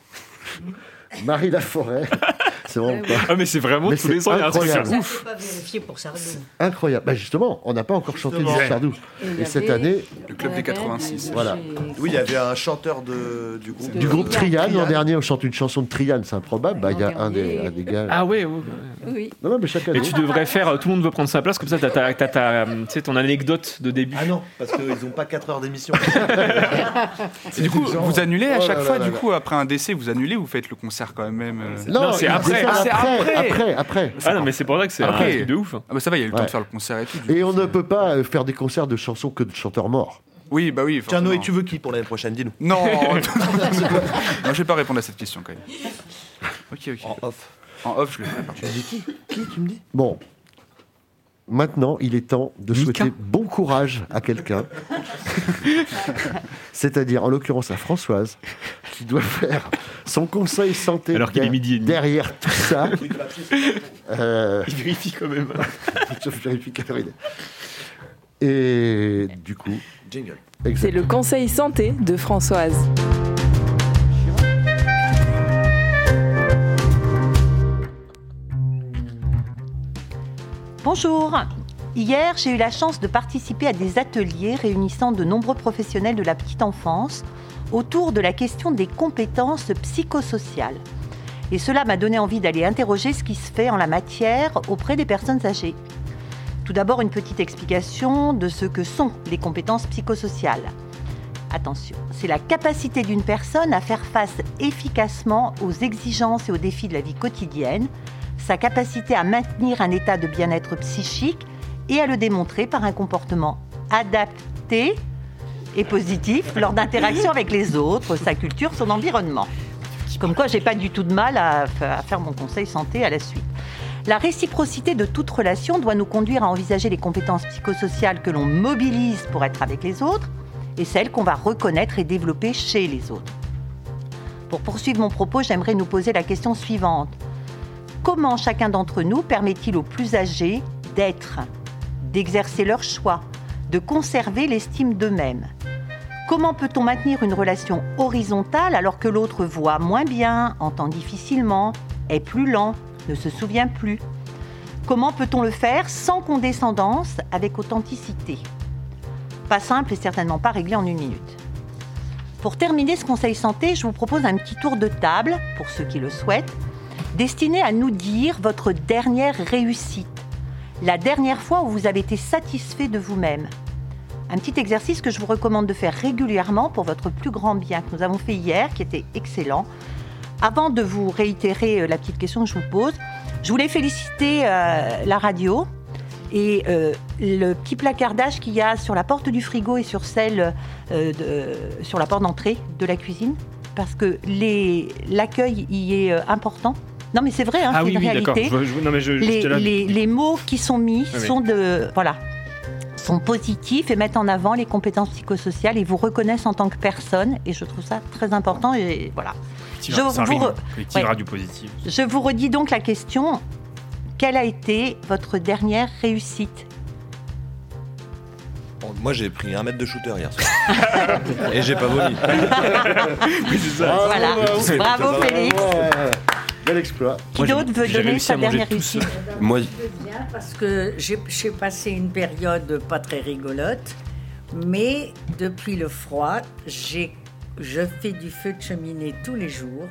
Marie Laforêt, vraiment pas. Ah, mais c'est vraiment Mais tous les c'est ans, il y a un truc. incroyable. c'est pas vérifié pour Sardou. Incroyable. Bah justement, on n'a pas encore chanté du Justement. Sardou. Et il y Et cette avait- année. Le club des 86. Voilà. Oui, il y avait un chanteur de, du groupe. Du groupe Trian, l'an Triade. dernier, on chante une chanson de Trian, c'est improbable. Bah, il y a un des, un des gars. Ah ouais, ouais. Oui. Non, non, mais chaque année. Mais tu devrais faire euh, Tout le monde veut prendre sa place, comme ça, t'as ta- t'as ta, euh, tu sais, ton anecdote de début. Ah non, parce qu'ils n'ont pas 4 heures d'émission. Et du coup, C'est genre- vous annulez hein à Oh chaque là fois, là du là coup, après un décès, vous annulez ou vous faites le concert quand même euh Non, Non, c'est il après. fait ça Ah, c'est après, après, après. Ah non, mais c'est pour ça que c'est un Après. truc de ouf. hein. Ah bah ça va, il y a eu le temps Ouais. de faire le concert et tout. Et on ne peut pas euh, faire des concerts de chansons que de chanteurs morts. Oui, bah oui. Tiens, Noé, forcément. tu veux qui pour l'année prochaine Dis-nous. Non, non, je vais pas répondre à cette question quand même. Ok, ok. En off. En off, je le fais. Tu dis qui Qui tu me dis Bon. Maintenant, il est temps de souhaiter bon courage à quelqu'un. C'est-à-dire, en l'occurrence, à Françoise, qui doit faire son conseil santé Alors qu'il est der- midi et demi. derrière tout ça. Euh, Il vérifie quand même. je vérifie quelle heure il est. Et du coup. Jingle. C'est le conseil santé de Françoise. Bonjour. Hier, j'ai eu la chance de participer à des ateliers réunissant de nombreux professionnels de la petite enfance autour de la question des compétences psychosociales. Et cela m'a donné envie d'aller interroger ce qui se fait en la matière auprès des personnes âgées. Tout d'abord, une petite explication de ce que sont les compétences psychosociales. Attention, c'est la capacité d'une personne à faire face efficacement aux exigences et aux défis de la vie quotidienne, sa capacité à maintenir un état de bien-être psychique et à le démontrer par un comportement adapté et positif lors d'interactions avec les autres, sa culture, son environnement. Comme quoi, j'ai pas du tout de mal à, f- à faire mon conseil santé à la suite. La réciprocité de toute relation doit nous conduire à envisager les compétences psychosociales que l'on mobilise pour être avec les autres et celles qu'on va reconnaître et développer chez les autres. Pour poursuivre mon propos, j'aimerais nous poser la question suivante. Comment chacun d'entre nous permet-il aux plus âgés d'être, d'exercer leurs choix, de conserver l'estime d'eux-mêmes Comment peut-on maintenir une relation horizontale alors que l'autre voit moins bien, entend difficilement, est plus lent, ne se souvient plus Comment peut-on le faire sans condescendance, avec authenticité Pas simple et certainement pas réglé en une minute. Pour terminer ce conseil santé, je vous propose un petit tour de table, pour ceux qui le souhaitent, destiné à nous dire votre dernière réussite, la dernière fois où vous avez été satisfait de vous-même. Un petit exercice que je vous recommande de faire régulièrement pour votre plus grand bien, que nous avons fait hier, qui était excellent. Avant de vous réitérer euh, la petite question que je vous pose, je voulais féliciter euh, la radio et euh, le petit placardage qu'il y a sur la porte du frigo et sur celle euh, de- sur la porte d'entrée de la cuisine, parce que les- l'accueil y est euh, important. Non, mais c'est vrai, hein, Ah c'est oui, une oui, d'accord. réalité. Je vois- je vois- non, mais je- les, j'étais là, les- du coup. les mots qui sont mis Ah oui. sont de voilà sont positifs et mettent en avant les compétences psychosociales et vous reconnaissent en tant que personne et je trouve ça très important et voilà. Je Ça vous, rime. re- Collective ouais. Radio Positive. je vous redis donc la question quelle a été votre dernière réussite Bon, Moi, j'ai pris un mètre de shooter hier soir. Et j'ai pas vomi. Voilà. Bravo, Félix. Bel exploit. Qui d'autre veut donner sa dernière réussite Moi, bien parce que j'ai j'ai passé une période pas très rigolote, mais depuis le froid, j'ai- je fais du feu de cheminée tous les jours.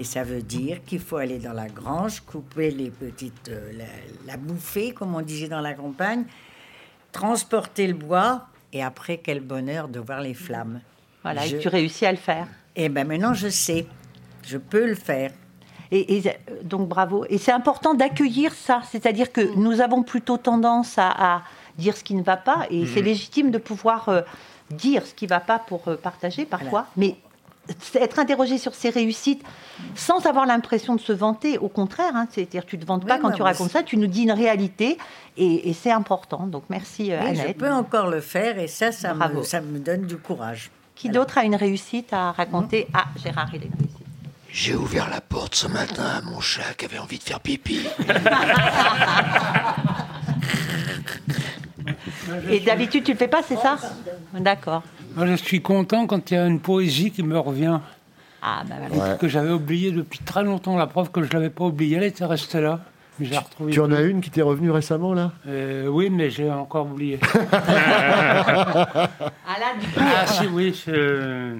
Et ça veut dire qu'il faut aller dans la grange, couper les petites. euh, la, la bouffée, comme on disait dans la campagne, transporter le bois, et après, quel bonheur de voir les flammes. Voilà, et Je- tu réussis à le faire. Et bien maintenant, je sais. Je peux le faire. Et, et, euh, donc bravo. Et c'est important d'accueillir ça, c'est-à-dire que Mm. nous avons plutôt tendance à, à dire ce qui ne va pas, et c'est Mhm. légitime de pouvoir euh, dire ce qui ne va pas pour euh, partager parfois, mais c'est être interrogé sur ses réussites sans avoir l'impression de se vanter, au contraire, hein, c'est-à-dire tu ne te vantes pas quand non, tu mais racontes c'est- ça, tu nous dis une réalité, et, et c'est important. Donc merci euh, Mais je Annette. peux encore le faire et ça, ça, me, ça me donne du courage. Qui d'autre a une réussite à raconter Ah, Gérard, il a une réussite. J'ai ouvert la porte ce matin, mon chat qui avait envie de faire pipi. Et d'habitude tu le fais pas, c'est ça D'accord. Moi, je suis content quand il y a une poésie qui me revient. Ah, bah Un truc que j'avais oublié depuis très longtemps. La preuve que je l'avais pas oublié, elle était restée là. Mais j'ai retrouvé. Tu en as une qui t'est revenue récemment, là Euh, oui, mais j'ai encore oublié. Ah là, du coup. Ah si, oui. c'est, euh,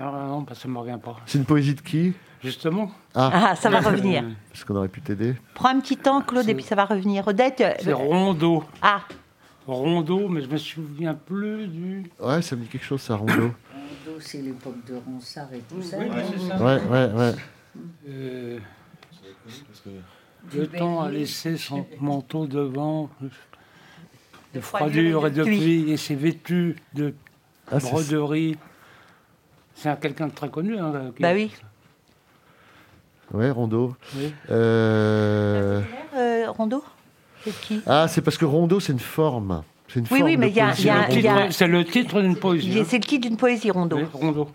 Alors non, bah, ça me revient pas. C'est une poésie de qui Justement. Euh, Ah, ça va revenir. Est-ce qu'on aurait pu t'aider Prends un petit Ah, temps, Claude, et puis ça va revenir. Odette. euh, C'est Rondeau. Ah. Rondeau, mais je me souviens plus du. Ouais, ça me dit quelque chose, ça, Rondo. Rondeau, c'est l'époque de Ronsard et tout Oui, ça. oui, c'est ça. ouais, ouais, ouais. Euh, Le temps a laissé son manteau de vent, de froidure et de pluie, et s'est vêtu de Ah, c'est- broderie. C'est un- quelqu'un de très connu. Hein, qui- Bah oui. Ouais, Rondo. Oui. Euh, euh, Rondo C'est qui Ah, c'est parce que Rondo, c'est une forme. C'est une Oui, forme oui, de mais il y a- poésie. il y a- il y a- Ah, C'est le titre d'une poésie. hein, C'est le titre d'une poésie, Rondo. Rondo.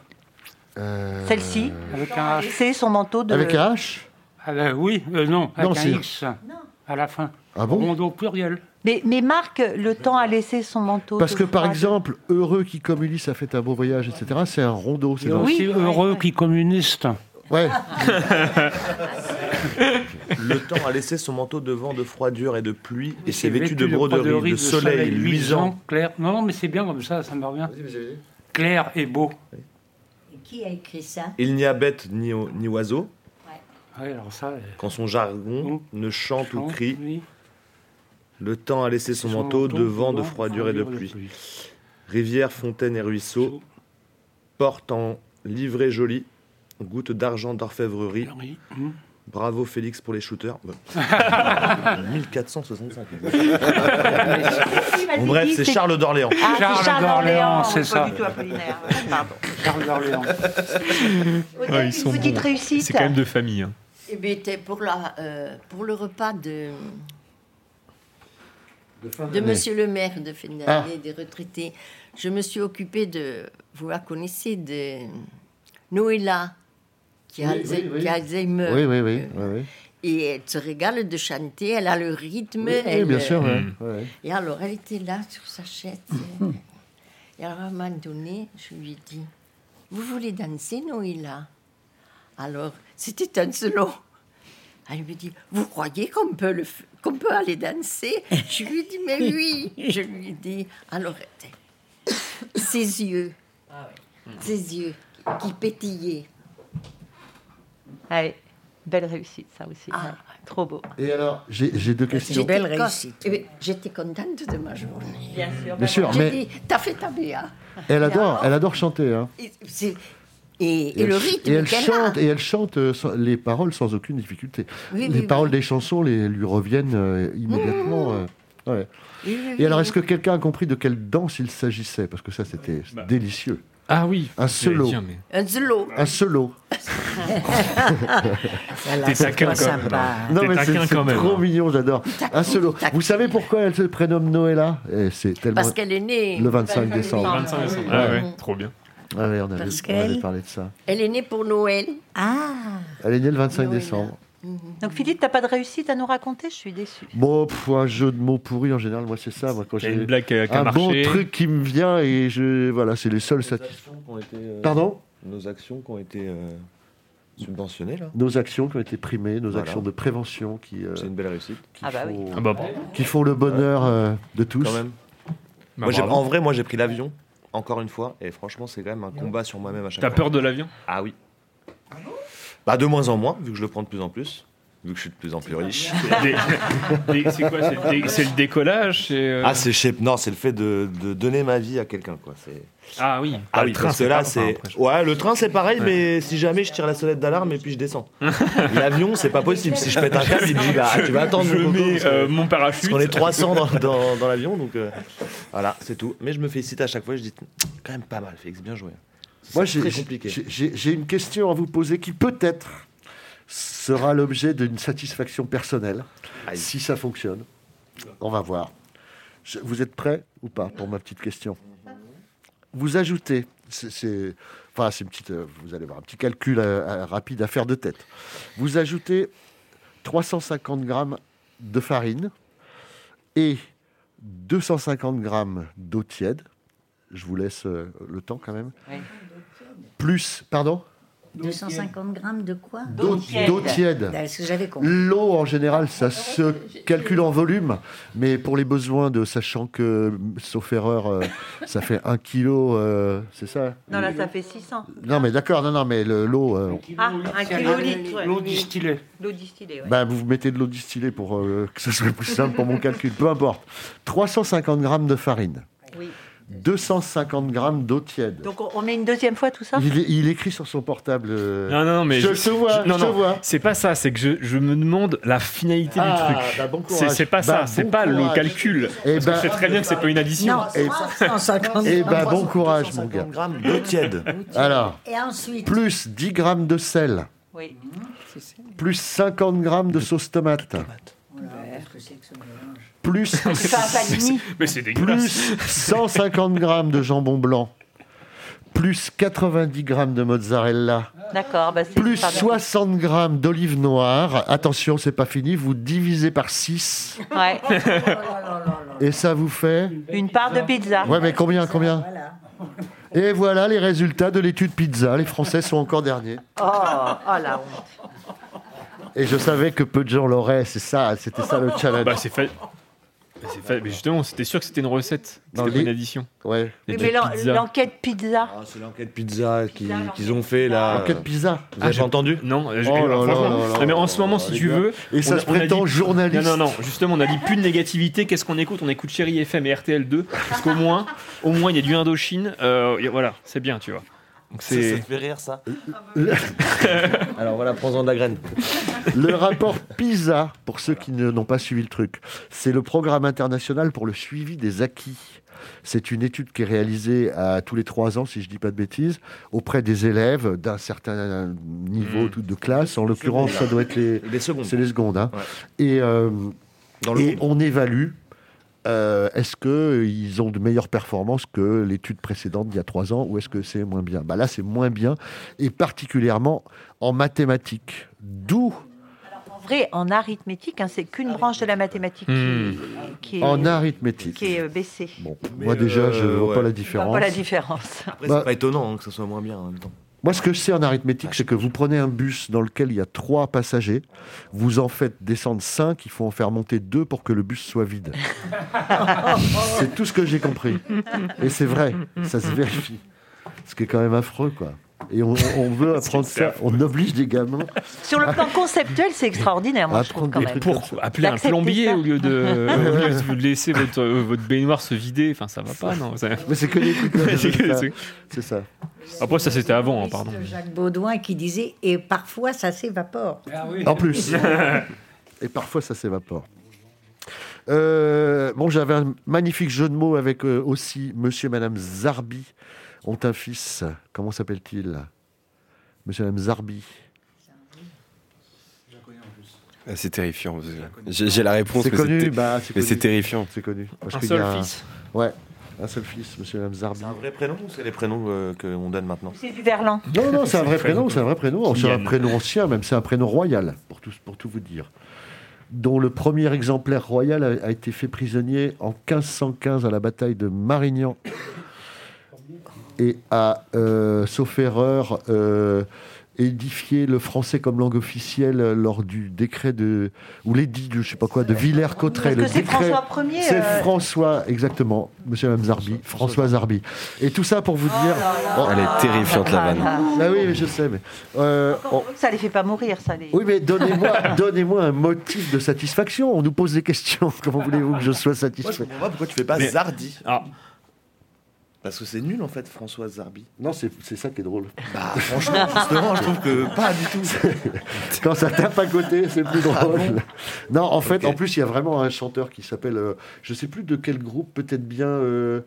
Celle-ci, Avec un H. c'est son manteau de. Euh, H Ah bah oui, euh, non, avec un Non, c'est- X à la fin. Ah bon Rondo au pluriel. Mais, mais Marc, le temps a laissé son manteau. Parce de que, par froid. exemple, Heureux qui, comme Ulysse, a fait un beau voyage, etc., c'est un Rondo. C'est Et aussi Heureux qui communiste. Ouais. Le temps a laissé son manteau de vent, de froidure et de pluie, et s'est vêtu de broderie, de, soleil, luisant. Clair. Non, non, mais c'est bien comme ça, ça me revient. Clair et beau. Qui a écrit ça Il n'y a bête ni, o- ni oiseau, Ouais, alors ça, euh, quand son jargon ne chante ou chante, crie. oui. Le temps a laissé son Son manteau de manteau, vent, de de vent, froidure et de froidure et de pluie. Rivières, fontaines et ruisseaux, porte en livrée jolie, goutte d'argent d'orfèvrerie. hum. Bravo Félix pour les shooters. Bah. 1465. vas-y, Bon, bref, dis, c'est c'est- Charles d'Orléans. Ah, c'est Charles Charles d'Orléans, d'Orléans, c'est pas ça. du tout Apollinaire. Pardon. Charles d'Orléans. Ah, ils sont petite bons. réussite. C'est quand même de famille. hein. Eh bien, t'es pour, la, euh, pour le repas de, de d'année. monsieur le maire de fin d'année, Ah. des retraités, je me suis occupée de. Vous la connaissez, de Noëlla, qui a Oui, oui, Alzheimer. oui. qui a Alzheimer. Oui, oui, oui. oui, oui. Et elle se régale de chanter, elle a le rythme. Oui, oui, elle, bien sûr. ouais. euh, Ouais, ouais. Et alors, elle était là sur sa chaise. euh, et alors, à un moment donné, je lui ai dit Vous voulez danser, Noïla Alors, c'était un selon. Elle me dit Vous croyez qu'on peut, le f- qu'on peut aller danser Je lui ai dit Mais oui Je lui ai dit Alors, ses yeux, Ah ses yeux qui pétillaient. Ah Ouais, belle réussite, ça aussi. Ouais, Ah, Trop beau. Et alors, j'ai j'ai deux questions. con- Eh bien, J'étais contente de ma journée. Bien sûr, Bien sûr, mais- T'as fait ta BA. Elle adore, elle adore chanter. hein. Et, c'est- et- et elle le ch- rythme et elle qu'elle chante, a. et elle chante euh, sans- les paroles sans aucune difficulté. Oui, les oui, paroles des chansons les, lui reviennent euh, immédiatement. euh, ouais. Oui, oui, Et alors, oui. est-ce que quelqu'un a compris de quelle danse il s'agissait Parce que ça, c'était délicieux. Bah. Ah oui. Un solo. dire, mais- Un zlo. Un solo. T'es taquin quand même. hein. Non, T'es mais taquin c'est quand c'est même. trop hein. mignon, j'adore. Un solo. Vous savez pourquoi elle se prénomme Noëlla Eh, C'est tellement. Parce qu'elle est née. Le 25 décembre. Le 25 décembre. Ah ouais, trop bien. Ah ouais, on avait, Parce on avait qu'elle- parlé de ça. Elle est née pour Noël. Mhm. Ah Elle est née le 25 décembre. Donc Philippe, t'as pas de réussite à nous raconter Je suis déçue. Bon, pff, un jeu de mots pourri en général, moi c'est ça. Moi, quand T'as j'ai une blague qui a- qui a un bon marché. truc qui me vient et je voilà, c'est les seuls satisfaits. Pardon euh, Nos actions qui ont été euh, subventionnées, là. Nos actions qui ont été primées, nos Voilà. actions de prévention qui, euh, C'est une belle réussite. Ah bah oui. Ah bah, bravo. qui font le bonheur euh, de tous. Quand même. Bah, Moi, j'ai- bravo. en vrai, moi j'ai pris l'avion, encore une fois, et franchement, c'est quand même un combat sur moi-même à chaque T'as fois. peur de l'avion Ah oui. Bah, de moins en moins, vu que je le prends de plus en plus, vu que je suis de plus en plus riche. Des- des- C'est quoi C'est le dé- c'est le décollage c'est, euh, Ah, c'est je sais- Non, c'est le fait de, de donner ma vie à quelqu'un, quoi. C'est. Ah oui. Ah oui, parce que là, pas- enfin, c'est. après, je- Ouais, le train, c'est pareil, Ouais. mais si jamais je tire la sonnette d'alarme et puis je descends. L'avion, c'est pas possible. Si je pète un câble, il me dit, bah, tu vas attendre Je mon coco, mets, parce que- euh, mon parachute. Parce qu'on est 300 dans, dans- dans l'avion, donc euh, voilà, c'est tout. Mais je me félicite à chaque fois, je dis, quand même pas mal, Félix, bien joué. Moi, C'est j'ai- très j'ai compliqué. j'ai- j'ai une question à vous poser qui peut-être sera l'objet d'une satisfaction personnelle, si ça fonctionne. On va voir. Je- vous êtes prêts ou pas pour ma petite question Vous ajoutez, c'est- c'est enfin, c'est une petite, euh, vous allez voir, un petit calcul euh, euh, rapide à faire de tête. Vous ajoutez 350 grammes de farine et 250 grammes d'eau tiède. Je vous laisse euh, le temps quand même. Plus, pardon 250 grammes de quoi D'eau tiède. D'eau tiède. Ah, ce que j'avais compris. L'eau, en général, ça se calcule en volume, mais pour les besoins de, sachant que, sauf erreur, euh, ça fait un kilo, euh, c'est ça Non, là, ça fait 600. Non, mais d'accord, non, non, mais le- l'eau... euh, Ah, un kilo litre. ouais. L'eau distillée. L'eau distillée, ouais. bah, vous mettez de l'eau distillée pour euh, que ce soit plus simple pour mon calcul, peu importe. 350 grammes de farine, Oui. 250 grammes d'eau tiède. Donc, on on met une deuxième fois tout ça Il, il écrit sur son portable. euh, Non, non, non, mais je, te vois, non, je te non, vois. C'est pas ça, c'est que je, je me demande la finalité Ah, du truc. bah, bon courage. c'est, c'est pas ça, Bah, c'est bon pas le courage. calcul. Eh Parce que ben- je sais très bien que c'est pas une addition. Non, Et- 350 Eh grammes. ben, bon courage, mon gars. d'eau tiède. Alors, Et ensuite, plus 10 grammes de sel, Oui. plus 50 grammes de sauce tomate, plus, Mais c'est dégueulasse. plus 150 grammes de jambon blanc, plus 90 grammes de mozzarella, D'accord, bah c'est plus pardon. 60 grammes d'olive noire. Attention, c'est pas fini, vous divisez par 6 Ouais. et ça vous fait. Une part de pizza. Ouais, mais combien, combien Et voilà les résultats de l'étude pizza. Les Français sont encore derniers. Oh, oh la honte. Et je savais que peu de gens l'auraient, c'est ça, c'était ça le challenge. Bah, c'est fait. C'est fa- Mais justement, c'était sûr que c'était une recette. Dans C'était pas les- une addition. Ouais. Oui, mais l'en- bah, l'enquête pizza. Ah, C'est l'enquête pizza qui- qu'ils ont fait là. Enquête pizza. Vous avez Ah, pas entendu Non, euh, je- Oh là alors, là franchement, là là non, mais en là ce moment, là, si les tu gars. veux. Et ça on a- se on a prétend dit- journaliste. Non, non, non, justement, on a dit plus de négativité. Qu'est-ce qu'on écoute On écoute Chéri FM et RTL2. Parce qu'au moins, au moins, il y a du Indochine. Euh, et voilà, c'est bien, tu vois. Donc Ça, ça c'est. te fait rire, ça Alors voilà, prends-en de la graine. Le rapport PISA, pour ceux qui ne- n'ont pas suivi le truc, c'est le programme international pour le suivi des acquis. C'est une étude qui est réalisée à tous les trois ans, si je ne dis pas de bêtises, auprès des élèves d'un certain niveau tout- de classe. En l'occurrence, ça Secondes. doit être les, Les Hmm. secondes. c'est les secondes. hein. Ouais. Et, euh, Dans le et monde. on évalue. euh, est-ce qu'ils ont de meilleures performances que l'étude précédente d'il y a trois ans ou est-ce que c'est moins bien bah Là, c'est moins bien, et particulièrement en mathématiques. D'où En vrai, en arithmétique, hein, c'est qu'une branche de la mathématique Hmm. qui, qui est, En arithmétique. qui est euh, baissée. Bon, moi déjà, je ne vois pas la différence. Pas la différence. Après, Bah- c'est pas étonnant hein, que ça soit moins bien en même temps. Moi, ce que je sais en arithmétique, c'est que vous prenez un bus dans lequel il y a trois passagers, vous en faites descendre cinq, il faut en faire monter deux pour que le bus soit vide. c'est tout ce que j'ai compris. Et c'est vrai, ça se vérifie. Ce qui est quand même affreux, quoi. Et on, on veut apprendre ça, on oblige des gamins Sur le plan conceptuel, c'est extraordinaire, moi, je trouve quand même. Pour appeler Ah, un D'accepter plombier ça. au lieu de au lieu de vous laisser votre, euh, votre baignoire se vider, enfin ça va pas, non ça- Mais c'est que des trucs comme C'est que- ça. c'est- C'est ça. Après ça c'était avant, hein, pardon. Jacques Baudouin qui disait Et parfois ça s'évapore. Ah En plus. Et parfois, ça s'évapore. Euh, bon, j'avais un magnifique jeu de mots avec euh, aussi monsieur et madame Zarbi ont un fils. Comment s'appelle-t-il Monsieur et madame Zarbi. Ah, C'est terrifiant. parce que J'ai j'ai la réponse. C'est mais connu, ter- bah, c'est mais connu. c'est terrifiant. C'est connu. Parce Un qu'il y seul a fils. Ouais, un seul fils, monsieur et madame Zarbi. Un vrai prénom ou c'est les prénoms euh, qu'on donne maintenant C'est du verlan. Non, non, c'est un vrai prénom, c'est un vrai prénom. C'est un Yann. prénom ancien, même, c'est un prénom royal, pour tout, pour tout vous dire. Dont le premier exemplaire royal a, a été fait prisonnier en 1515 à la bataille de Marignan. Et a, euh, sauf erreur, euh, édifié le français comme langue officielle lors du décret de. ou l'édit de, je sais pas quoi, de Villers-Cotterêts. Parce que le c'est décret- François Ier, C'est euh, François, exactement, monsieur et madame Zarbi, François Zarbi. Et tout ça pour vous dire. Oh, Elle est terrifiante, la vanne. ah oui, mais je sais, mais. euh, on- Ça les fait pas mourir, ça. Les... Oui, mais donnez-moi donnez un motif de satisfaction. On nous pose des questions. Comment voulez-vous que je sois Moi, je satisfait comprends pas pourquoi tu fais pas Mais- Zardi. Ah. Parce que c'est nul en fait, François Zarbi. Non, c'est c'est ça qui est drôle. Bah, franchement, justement, je trouve que pas du tout. Quand ça tape à côté, c'est plus drôle. Ah bon non, en fait, en plus, il y a vraiment un chanteur qui s'appelle, euh, je sais plus de quel groupe, peut-être bien euh,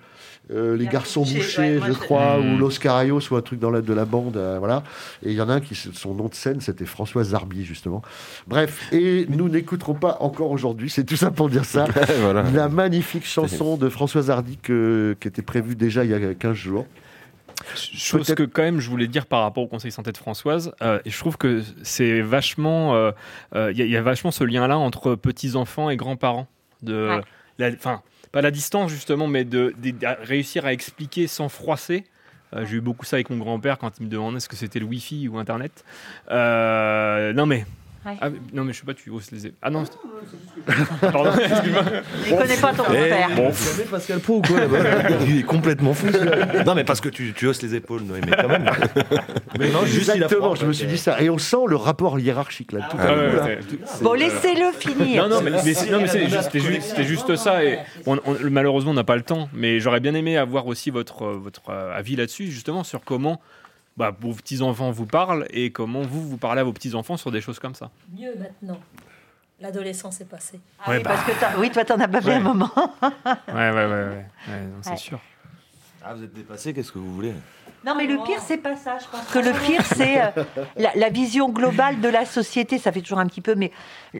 euh, Les Garçons Bouchers, Bouchés, ouais, moi, je je- crois, Mm. Hmm. ou Los Carayos, ou un truc dans la, de la bande. euh, voilà. Et il y en a un qui, son nom de scène, c'était François Zarbi, justement. Bref, et nous n'écouterons pas encore aujourd'hui, c'est tout ça pour dire ça. Voilà. La magnifique chanson de François Hardy que- qui était prévue déjà il y a 15 jours. Chose que quand même je voulais dire par rapport au Conseil santé de Françoise, euh, et je trouve que c'est vachement, euh, euh, il y, a- il y a vachement ce lien-là entre petits enfants et grands-parents. De, Ouais. la- enfin, pas la distance justement, mais de, de- de réussir à expliquer sans froisser Euh, J'ai eu beaucoup ça avec mon grand-père quand il me demandait ce que c'était le Wi-Fi ou Internet. Euh, non mais. Ouais. Ah, mais- non mais je sais pas, tu hausses les é- Ah non. c'est- Pardon. excuse-moi. Il connaît pas ton grand-père. bon. Vous savez Pascal Pau ou quoi là-bas Eh, Il est complètement fou. celui-là. Non, mais parce que tu, tu hausses les épaules, Noé, mais quand même. Mais non, juste, il a Exactement, froid, je me quoi. suis dit ça. Et on sent le rapport hiérarchique là. tout à Ah coup, ouais, là. ouais, tout- Bon, euh, laissez-le finir. Non, non, mais, mais c'est- non, mais c'est juste, c'était juste, c'était juste ça. Et on- on- malheureusement, on n'a pas le temps. Mais j'aurais bien aimé avoir aussi votre, euh, votre euh, avis là-dessus, justement, sur comment bah, vos petits-enfants vous parlent et comment vous, vous parlez à vos petits-enfants sur des choses comme ça. Mieux maintenant. L'adolescence est passée. Ah Ouais, oui, bah. parce que Oui, toi, t'en as bavé Ouais. un moment. Ouais, ouais, ouais, ouais. Ouais, non, c'est Ouais. sûr. Ah, vous êtes dépassé, qu'est-ce que vous voulez Non, mais le pire, c'est pas ça. Je pense que le pire, c'est euh, la, la vision globale de la société. Ça fait toujours un petit peu, mais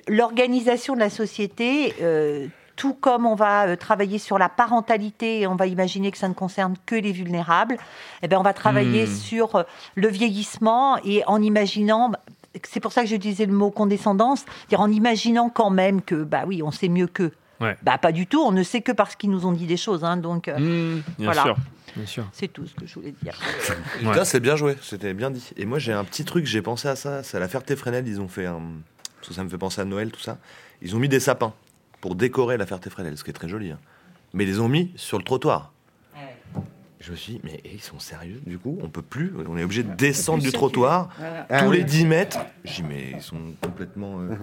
l'organisation de la société, euh, tout comme on va euh, travailler sur la parentalité et on va imaginer que ça ne concerne que les vulnérables, eh ben, on va travailler Hmm. sur euh, le vieillissement et en imaginant. C'est pour ça que j'utilisais le mot condescendance, dire en imaginant quand même que, bah oui, on sait mieux qu'eux. Ouais. Bah pas du tout, on ne sait que parce qu'ils nous ont dit des choses. hein, donc, euh, Hmm, Hmm, bien voilà. sûr, bien sûr. C'est tout ce que je voulais dire. Là, c'est bien joué, c'était bien dit. Et moi, j'ai un petit truc, j'ai pensé à ça. C'est à la Ferté Fresnel, ils ont fait un. Parce que ça me fait penser à Noël, tout ça. Ils ont mis des sapins pour décorer la Ferté Fresnel, ce qui est très joli. hein. Mais ils les ont mis sur le trottoir. Je me suis dit, mais eh, ils sont sérieux, du coup, on peut plus, on est obligé de descendre plus du circuler. trottoir Voilà. Ah tous oui. les 10 mètres. J'ai dit, mais ils sont complètement. euh,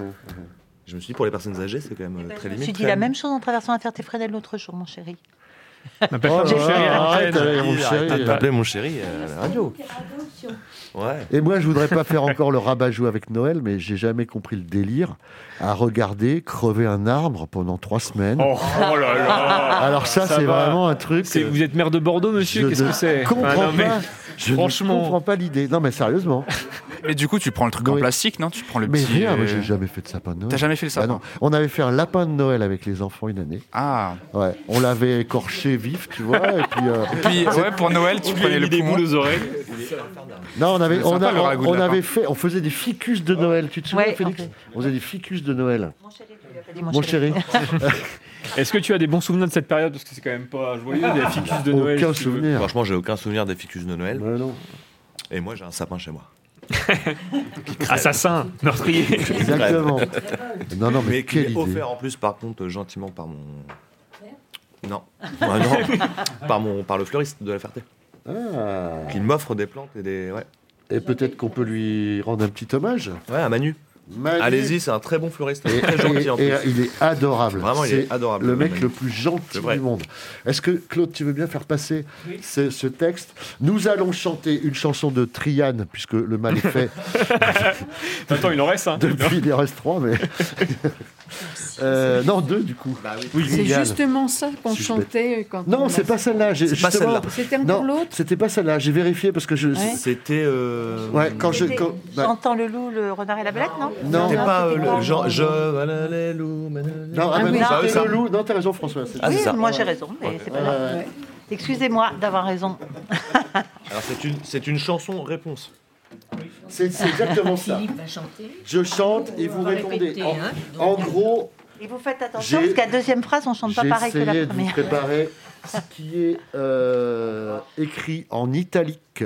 Je me suis dit, pour les personnes âgées, c'est quand même euh, très ben, Bah, Je me limite. suis dit quand la même. même chose en traversant la ferté Fresnel l'autre jour, mon chéri. M'appelle pas Oh mon là chéri, là, arrête, arrête, euh, mon arrête chéri. pas de m'appeler mon chéri euh, à la radio. Ouais. Et moi, je voudrais pas faire encore le rabat-joie avec Noël, mais j'ai jamais compris le délire à regarder crever un arbre pendant trois semaines. Oh, oh là là Alors ça, c'est va. vraiment un truc. C'est- Vous êtes maire de Bordeaux, monsieur je Qu'est-ce ne que c'est comprends Ah, non, mais- pas. Je ne Franchement. comprends pas l'idée. Non, mais sérieusement. Mais du coup, tu prends le truc en plastique, non Tu prends le mais petit. rien, euh, moi, j'ai jamais fait de sapin de Noël. T'as jamais fait le Bah sapin non. On avait fait un lapin de Noël avec les enfants une année. Ah. Ouais. On l'avait écorché vif, tu vois. Et puis, euh, Et puis, ouais, pour Noël, tu prenais le poumon. Non, on avait, C'est on, sympa, a- le ragoût de on lapin. avait fait, on faisait des ficus de Noël. Tu te souviens, Ouais, Félix ok. On faisait des ficus de Noël. dit Mon chéri. Est-ce que tu as des bons souvenirs de cette période Parce que c'est quand même pas joyeux, des ficus de Noël. si tu veux. Franchement, j'ai aucun souvenir des ficus de Noël. Et moi, j'ai un sapin chez moi. Assassin, meurtrier. Exactement. Non, non, mais mais qui quelle est idée. offert en plus, par contre, euh, gentiment par mon. Non. Ah, non. par, mon, par le fleuriste de la Ferté. Qui m'offre des plantes et des. Ouais. Ah. Et peut-être qu'on peut lui rendre un petit hommage. Ouais, à Manu. Manu. Allez-y, c'est un très bon fleuriste. Et, très gentil en et- plus. et il est adorable. Vraiment, il C'est est adorable. Le Manu. mec le plus gentil du monde. Est-ce que, Claude, tu veux bien faire passer ce, ce texte Nous allons chanter une chanson de Triane, puisque le mal est fait. Attends, il en reste. Hein. Depuis, il en reste trois, mais. Euh, non, deux, du coup. Bah C'est Triane. justement ça qu'on Si je vais- chantait quand on Non, c'est a- pas celle-là. j'ai- C'est pas justement- celle-là. C'était encore Non, l'autre C'était pas celle-là. J'ai vérifié parce que je. Ouais. C'était. euh, Ouais, quand je. quand- bah, J'entends le loup, le renard et la belette, non Non. C'était pas euh, c'était le. pas- Genre, je. voilà les loups, madame. Non, ah, bah, C'est non, pas eux, c'était ça le loup. Non, t'as raison, François. c'est Ah, ça. c'est Oui, ça. moi j'ai raison, mais c'est pas grave. Ouais. Excusez-moi d'avoir raison. Alors, c'est une, c'est une chanson réponse. C'est c'est exactement ça. Philippe Je chante et vous Faut répondez. répéter, En, hein. en gros, Et vous faites attention, J'ai- parce qu'à deuxième phrase, on chante pas j'ai pareil que la essayé de vous première. préparer ce qui est euh, écrit en italique.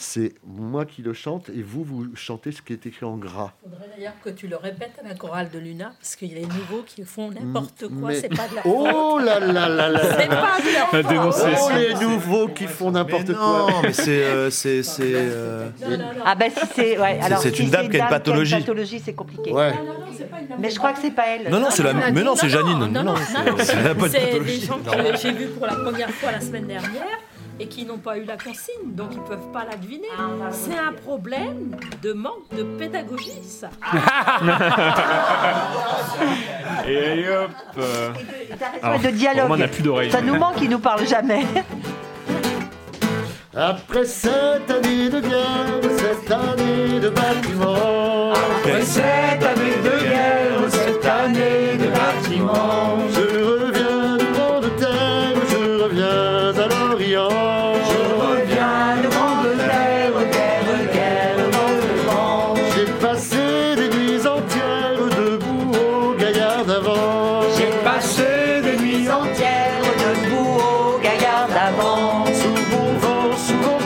C'est moi qui le chante et vous, vous chantez ce qui est écrit en gras. Il faudrait d'ailleurs que tu le répètes à la chorale de Luna, parce qu'il y a les nouveaux qui font n'importe quoi, Mais- c'est pas de la Oh là là là là C'est là. pas de leur faute. Oh les nouveaux qui font n'importe quoi Non, mais c'est. euh, c'est. c'est, euh, Ah ben si c'est... Ouais, C'est- alors, c'est si une dame qui a une pathologie. pathologie, c'est compliqué. Ouais. Mais je crois que c'est pas elle. Ah, Non, non, c'est la. Mais non, c'est Janine. Non, non, c'est- c'est la bonne C'est des pathologie. gens Non. que j'ai vus pour la première fois la semaine dernière et qui n'ont pas eu la consigne, donc ils peuvent pas la deviner. C'est un problème de manque de pédagogie, ça. Et allez, hop. euh. Ouais, de dialogue. Romain n'a plus d'oreilles. Ça nous manque, il nous parle jamais. Après cette année de guerre, cette année de bâtiment. Après cette année de guerre, cette année de bâtiment. Je reviens de Grande-Terre, je reviens à l'Orient. Je reviens de grande terre, guerre, guerre dans le vent. J'ai passé des nuits entières debout au gaillard d'avant. J'ai passé des nuits entières debout au gaillard d'avant. Sous mon vent, sous mon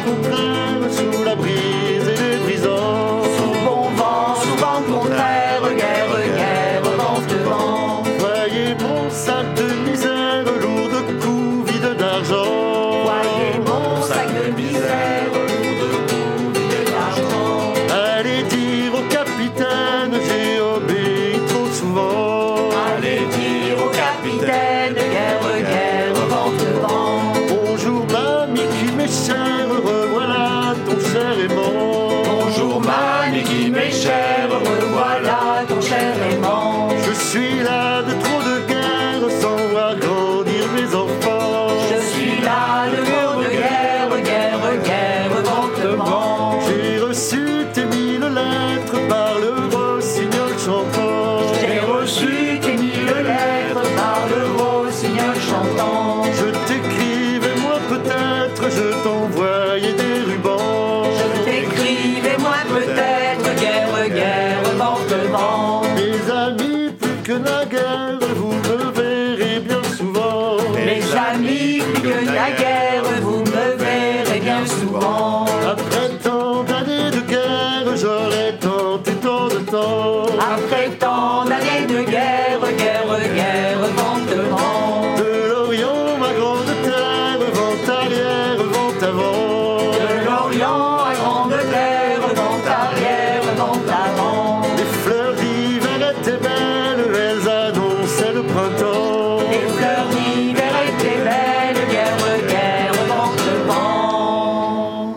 que naguère, vous me verrez bien souvent. Mes amis, que naguère, vous me verrez bien souvent. Après tant d'années de guerre, j'aurais tenté tant de temps. Après tant d'années de guerre, guerre, guerre, vent devant. De l'Orient, ma grande terre, vent arrière, vent avant. De l'Orient à grande terre, vent arrière, vent avant. Les fleurs d'hiver étaient belles, elles annonçaient le printemps. Les fleurs d'hiver étaient belles, guerre, guerre, vent devant.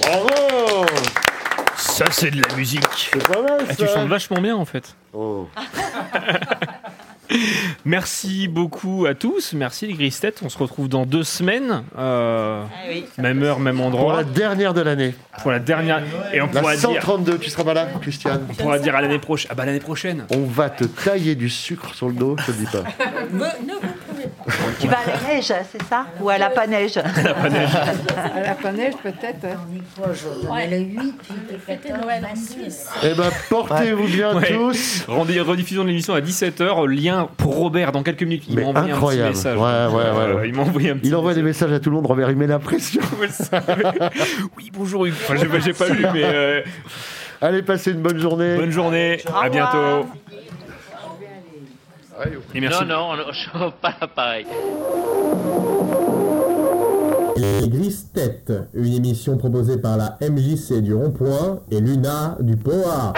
Bravo Ça, c'est de la musique. C'est pas mal, Ah, ça. tu chantes vachement bien en fait. Oh. Merci beaucoup à tous. Merci les Gristettes. On se retrouve dans deux semaines. euh, Même heure, même endroit. Pour la dernière de l'année. Pour la dernière. Et on La pourra dire. 132, tu seras pas là, Christiane On pourra dire à l'année prochaine. Ah bah l'année prochaine. On va te tailler du sucre sur le dos, je te le dis pas. Tu vas à la neige, c'est ça Ou à la paneige La paneige. À la panneige, peut-être. On y croit aujourd'hui. le 8, puis le Fêter Noël en Suisse. Eh ben, portez-vous bien Ouais. tous. Rendez- rediffusion de l'émission à 17h. Lien pour Robert dans quelques minutes. Il Mais m'a envoyé un incroyable. petit message. Ouais, ouais, ouais. Euh, il m'a envoyé un petit Il envoie des messages à tout le monde, Robert, il met la pression. oui, bonjour Hugues. Enfin, j'ai pas- j'ai pas lu, mais. euh, Allez, passez une bonne journée. Bonne journée, à bientôt. Et merci. Non, non, on- je ne pas l'appareil. Les Grises Têtes, une émission proposée par la MJC du Rond-Point et Luna du POA.